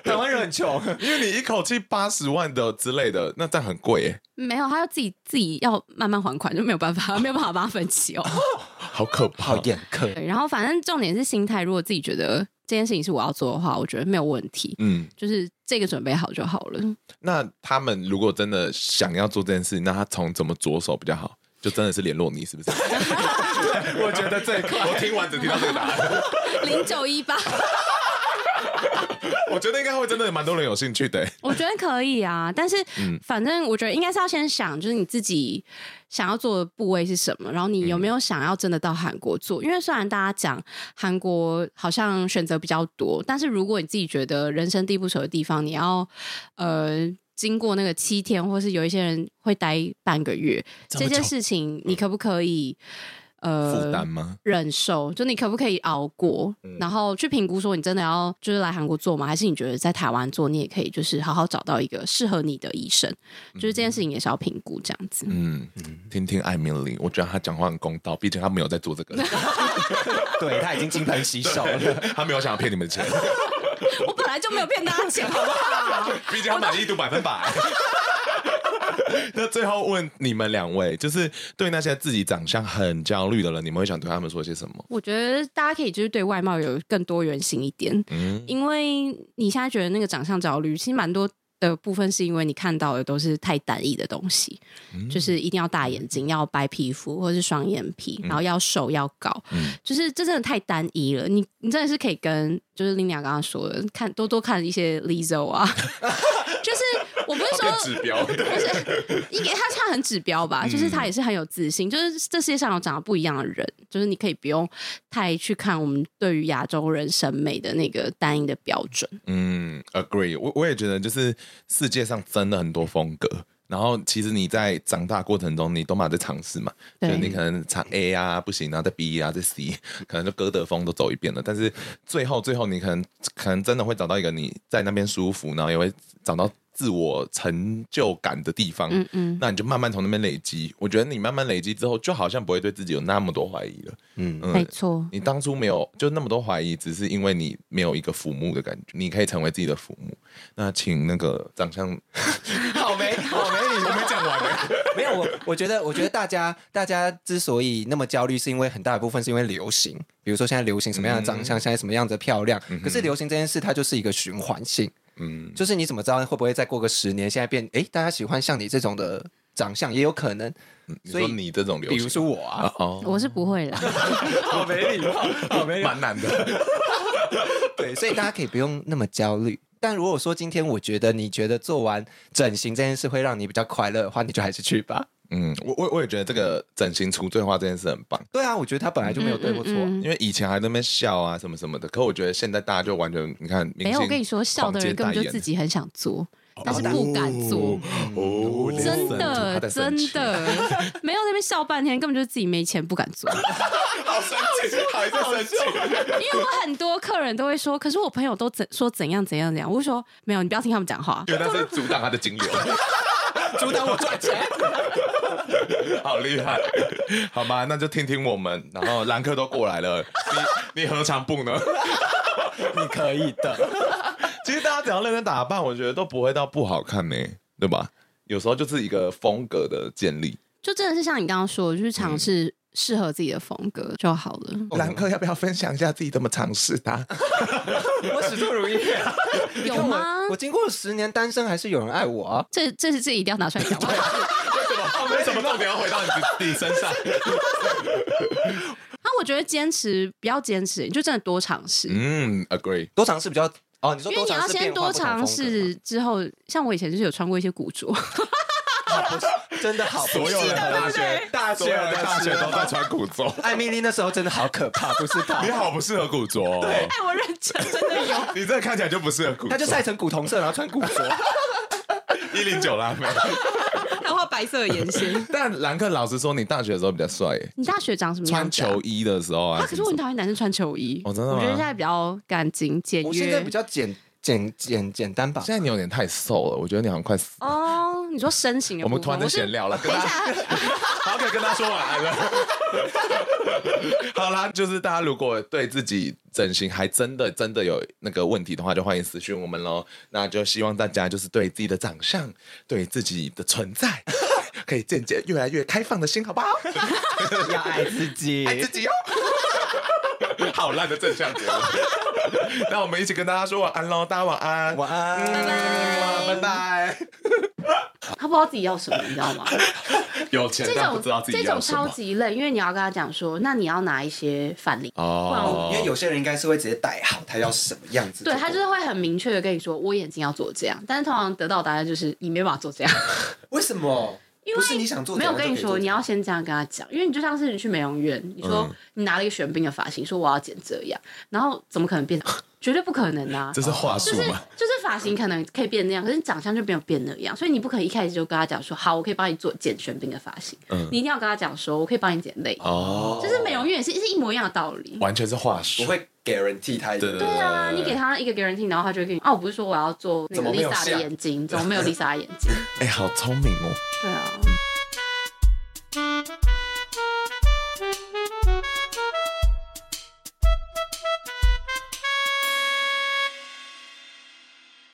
Speaker 3: 台湾人很穷，
Speaker 1: 因为你一口气八十万的之类的，那这样很贵欸耶，
Speaker 2: 没有，他要自己自己要慢慢还款，就没有办法，没有办法帮他分期哦。
Speaker 1: 好可怕。
Speaker 3: 好严苛。
Speaker 2: 对，然后反正重点是心态。如果自己觉得这件事情是我要做的话，我觉得没有问题，
Speaker 1: 嗯，
Speaker 2: 就是这个准备好就好了。
Speaker 1: 那他们如果真的想要做这件事，那他从怎么着手比较好？就真的是联络你，是不是？ 我觉得最快。我听完只听到这个答案，
Speaker 2: 零九一八，
Speaker 1: 我觉得应该会真的蛮多人有兴趣的耶。
Speaker 2: 我觉得可以啊，但是、反正我觉得应该是要先想，就是你自己想要做的部位是什么，然后你有没有想要真的到韩国做？因为虽然大家讲韩国好像选择比较多，但是如果你自己觉得人生地不熟的地方，你要呃。经过那个七天，或是有一些人会待半个月，这嗯件事情你可不可以、呃
Speaker 1: 负担吗？
Speaker 2: 忍受，就你可不可以熬过，然后去评估说你真的要就是来韩国做吗？还是你觉得在台湾做，你也可以就是好好找到一个适合你的医生，就是这件事情也是要评估这样子。
Speaker 1: 嗯，听听艾米丽，我觉得她讲话很公道，毕竟她没有在做这 个，
Speaker 3: 对他已经金盆洗手了。
Speaker 1: 她没有想要骗你 们钱，
Speaker 2: 我本来就没有骗大家钱，好不好？
Speaker 1: 毕竟她满意度百分百。那最后问你们两位，就是对那些自己长相很焦虑的人，你们会想对他们说些什么？
Speaker 2: 我觉得大家可以就是对外貌有更多元性一点，
Speaker 1: 嗯，
Speaker 2: 因为你现在觉得那个长相焦虑，其实蛮多的部分是因为你看到的都是太单一的东西，
Speaker 1: 嗯
Speaker 2: 就是一定要大眼睛，要白皮肤或是
Speaker 1: 嗯
Speaker 2: 双眼皮，然后要瘦要高，就是这真的太单一了。你你真的是可以跟就是林鸟刚刚说的，看多多看一些 Lizzo 啊，就是我不是
Speaker 1: 变嗯
Speaker 2: 说
Speaker 1: 指标，
Speaker 2: 不是，一个他他很指标吧，就是他也是很有自信，就是这世界上有长得不一样的人，就是你可以不用太去看我们对于亚洲人审美的那个单一的标准。
Speaker 1: 嗯，agree 我。我也觉得，就是世界上真的很多风格。然后，其实你在长大过程中，你都嘛在尝试嘛，就是
Speaker 2: 对
Speaker 1: 你可能唱 A 啊不行，然后再 B 啊再 C，可能就歌德风都走一遍了。但是最后最后，你可能可能真的会找到一个你在那边舒服，然后也会找到自我成就感的地方。
Speaker 2: 嗯嗯，
Speaker 1: 那你就慢慢从那边累积。我觉得你慢慢累积之后，就好像不会对自己有那么多怀疑了。
Speaker 3: 嗯，
Speaker 2: 没错，
Speaker 1: 你当初没有就那么多怀疑，只是因为你没有一个父母的感觉，你可以成为自己的父母。那请那个长相，
Speaker 3: 好没好没礼貌，没讲完 没有我，我觉得，我觉得大家大家之所以那么焦虑，是因为很大一部分是因为流行，比如说现在流行什么样的
Speaker 1: 嗯
Speaker 3: 长相，现在什么样子的漂亮。可是流行这件事，它就是一个循环性，
Speaker 1: 嗯，
Speaker 3: 就是你怎么知道会不会再过个十年，现在变诶，大家喜欢像你这种的长相，也有可能。
Speaker 1: 嗯你
Speaker 3: 所以
Speaker 1: 说你这种流
Speaker 3: 比
Speaker 1: 行，
Speaker 3: 如说我啊，
Speaker 1: 哦，
Speaker 2: 我是不会 啦。
Speaker 3: 好没礼貌，好没礼貌
Speaker 1: 蛮难的，
Speaker 3: 对，所以大家可以不用那么焦虑。但如果说今天我觉得你觉得做完整形这件事会让你比较快乐的话，你就还是去吧。
Speaker 1: 嗯，我我我也觉得这个整形除罪化这件事很棒，
Speaker 3: 对啊，我觉得他本来就没有对或错
Speaker 2: 嗯
Speaker 3: 啊。
Speaker 1: 因为以前还在那边笑啊什么什么的，可我觉得现在大家就完全，你看，
Speaker 2: 没有，我跟你说，笑的人根本就自
Speaker 1: 己，
Speaker 2: 己很想做，但是不敢做，
Speaker 1: 哦
Speaker 2: 真
Speaker 1: listen to 他
Speaker 2: 的
Speaker 1: 生
Speaker 2: 真
Speaker 1: 气，
Speaker 2: 的没有在那边笑半天，根本就是自己没钱不敢做。
Speaker 1: 好生气，还在生气，
Speaker 2: 因为我很多客人都会说，可是我朋友都怎说怎样怎样怎样，我就说没有，你不要听他们讲话。
Speaker 1: 因为那是阻挡他的金流。
Speaker 2: 嗯
Speaker 3: 阻挡我赚钱。
Speaker 1: 好厉害， 好吗？那就听听我们，然后兰克都过来了，你你何尝不呢？
Speaker 3: 你可以的。
Speaker 1: 其实大家只要认真打扮，我觉得都不会到不好看呢、对吧？有时候就是一个风格的建立。
Speaker 2: 就真的是像你刚刚说的，就是
Speaker 1: 嗯
Speaker 2: 尝试适合自己的风格就好了。
Speaker 1: 兰克要不要分享一下自己怎么尝试的啊？
Speaker 3: 我始终如一、
Speaker 2: 有吗？
Speaker 3: 我经过了十年单身，还是有人爱我啊！
Speaker 2: 这这是这一定要拿出来讲吗？ 啊，
Speaker 1: 哦为什么重点要回到你自己身上？
Speaker 2: 我觉得坚持不要坚持，你就真的多尝试，
Speaker 1: 嗯，agree。
Speaker 3: 多尝试比较哦，你说
Speaker 2: 因为
Speaker 3: 多
Speaker 2: 哎你
Speaker 3: 尝
Speaker 2: 要
Speaker 3: 试
Speaker 2: 先
Speaker 3: 变换不
Speaker 2: 多
Speaker 3: 同风格
Speaker 2: 尝试之后，像我以前就是有穿过一些古着，
Speaker 3: 嘛， 真的好，所
Speaker 1: 有人
Speaker 3: 大学大
Speaker 1: 所有的大学都在
Speaker 3: 穿。
Speaker 1: 穿古着，
Speaker 3: 艾米丽那时候真的好可怕，不是她
Speaker 1: 你，好不适合古着、哦，
Speaker 3: 对
Speaker 2: 哎，我认真真的有。
Speaker 1: 你这看起来就不适合古
Speaker 3: 她
Speaker 1: 着。
Speaker 3: 就晒成古铜色，然后穿古 着。
Speaker 1: 一零九 啦，没有。
Speaker 2: 还画白色的眼线。
Speaker 1: 但兰克老实说，你大学的时候比较帅耶，
Speaker 2: 你大学长什么
Speaker 1: 穿
Speaker 2: 样子啊、
Speaker 1: 球衣的时候啊。
Speaker 2: 啊，可是我很讨厌男生穿球衣。
Speaker 1: 哦真的吗
Speaker 2: 我觉得现在比较干净简约。
Speaker 3: 我现在比较简简简简单吧。
Speaker 1: 现在你有点太瘦了，我觉得你好像快死。
Speaker 2: 哦，你说身形的
Speaker 1: 我
Speaker 2: 部分，
Speaker 1: 们突然在
Speaker 2: 是哦
Speaker 1: 闲聊了，跟
Speaker 2: 等一
Speaker 1: 大家
Speaker 2: 下，
Speaker 1: 好，可以跟他说晚安了。 好啦，就是大家如果对自己整形还真的真的有那个问题的话，就欢迎私讯我们喽。那就希望大家就是对自己的长相、对自己的存在， 可以渐渐越来越开放的心，好不好？
Speaker 3: 要爱自己
Speaker 1: 爱自己哦。好烂的正向节目。 那我们一起跟大家说晚安喽，大家晚安，
Speaker 3: 晚安，
Speaker 1: 拜拜。
Speaker 2: 他不知道自己要什么，你知道吗？
Speaker 1: 有钱
Speaker 2: 这
Speaker 1: 但不
Speaker 2: 种
Speaker 1: 知道自己
Speaker 2: 这种
Speaker 1: 要什
Speaker 2: 超
Speaker 1: 么。
Speaker 2: 级累，因为你要跟他讲说，那你要拿一些范例，
Speaker 1: 哦
Speaker 3: 因为有些人应该是会直接带好他要什么样子。
Speaker 2: 对他就是会很明确的跟你说，我眼睛要做这样，但是通常得到的答案就是你没办法做这样，
Speaker 3: 为什么？
Speaker 2: 因
Speaker 3: 不是
Speaker 2: 为
Speaker 3: 你想做
Speaker 2: 没
Speaker 3: 怎
Speaker 2: 有
Speaker 3: 样
Speaker 2: 我
Speaker 3: 就可以做怎样，嗯
Speaker 2: 跟你说，你要先这样跟他讲，因为你就像是你去美容院，你说、你拿了一个玄彬的发型，说我要剪这样，然后怎么可能变？ 绝对不可能啊！
Speaker 1: 这是话术
Speaker 2: 就是
Speaker 1: 吗？
Speaker 2: 就是发型可能可以变那样，可是你长相就没有变那样，所以你不可以一开始就跟他讲说好，我可以帮你做剪玄彬的发型，
Speaker 3: 嗯
Speaker 2: 你一定要跟他讲说我可以帮你剪类，
Speaker 1: 哦，
Speaker 2: 就是美容院也是是一模一样的道理。
Speaker 1: 完全是话术。
Speaker 3: 我会 guarantee 他一个。
Speaker 1: 对
Speaker 2: 对啊，你给他一个 guarantee，然后他就会跟你啊，我不是说我要做那
Speaker 3: 怎
Speaker 2: 个
Speaker 3: 么没有
Speaker 2: Lisa 的
Speaker 3: 像
Speaker 2: 眼睛，怎么没有 Lisa 的眼睛？
Speaker 1: 哎、好聪明哦。
Speaker 2: 对啊。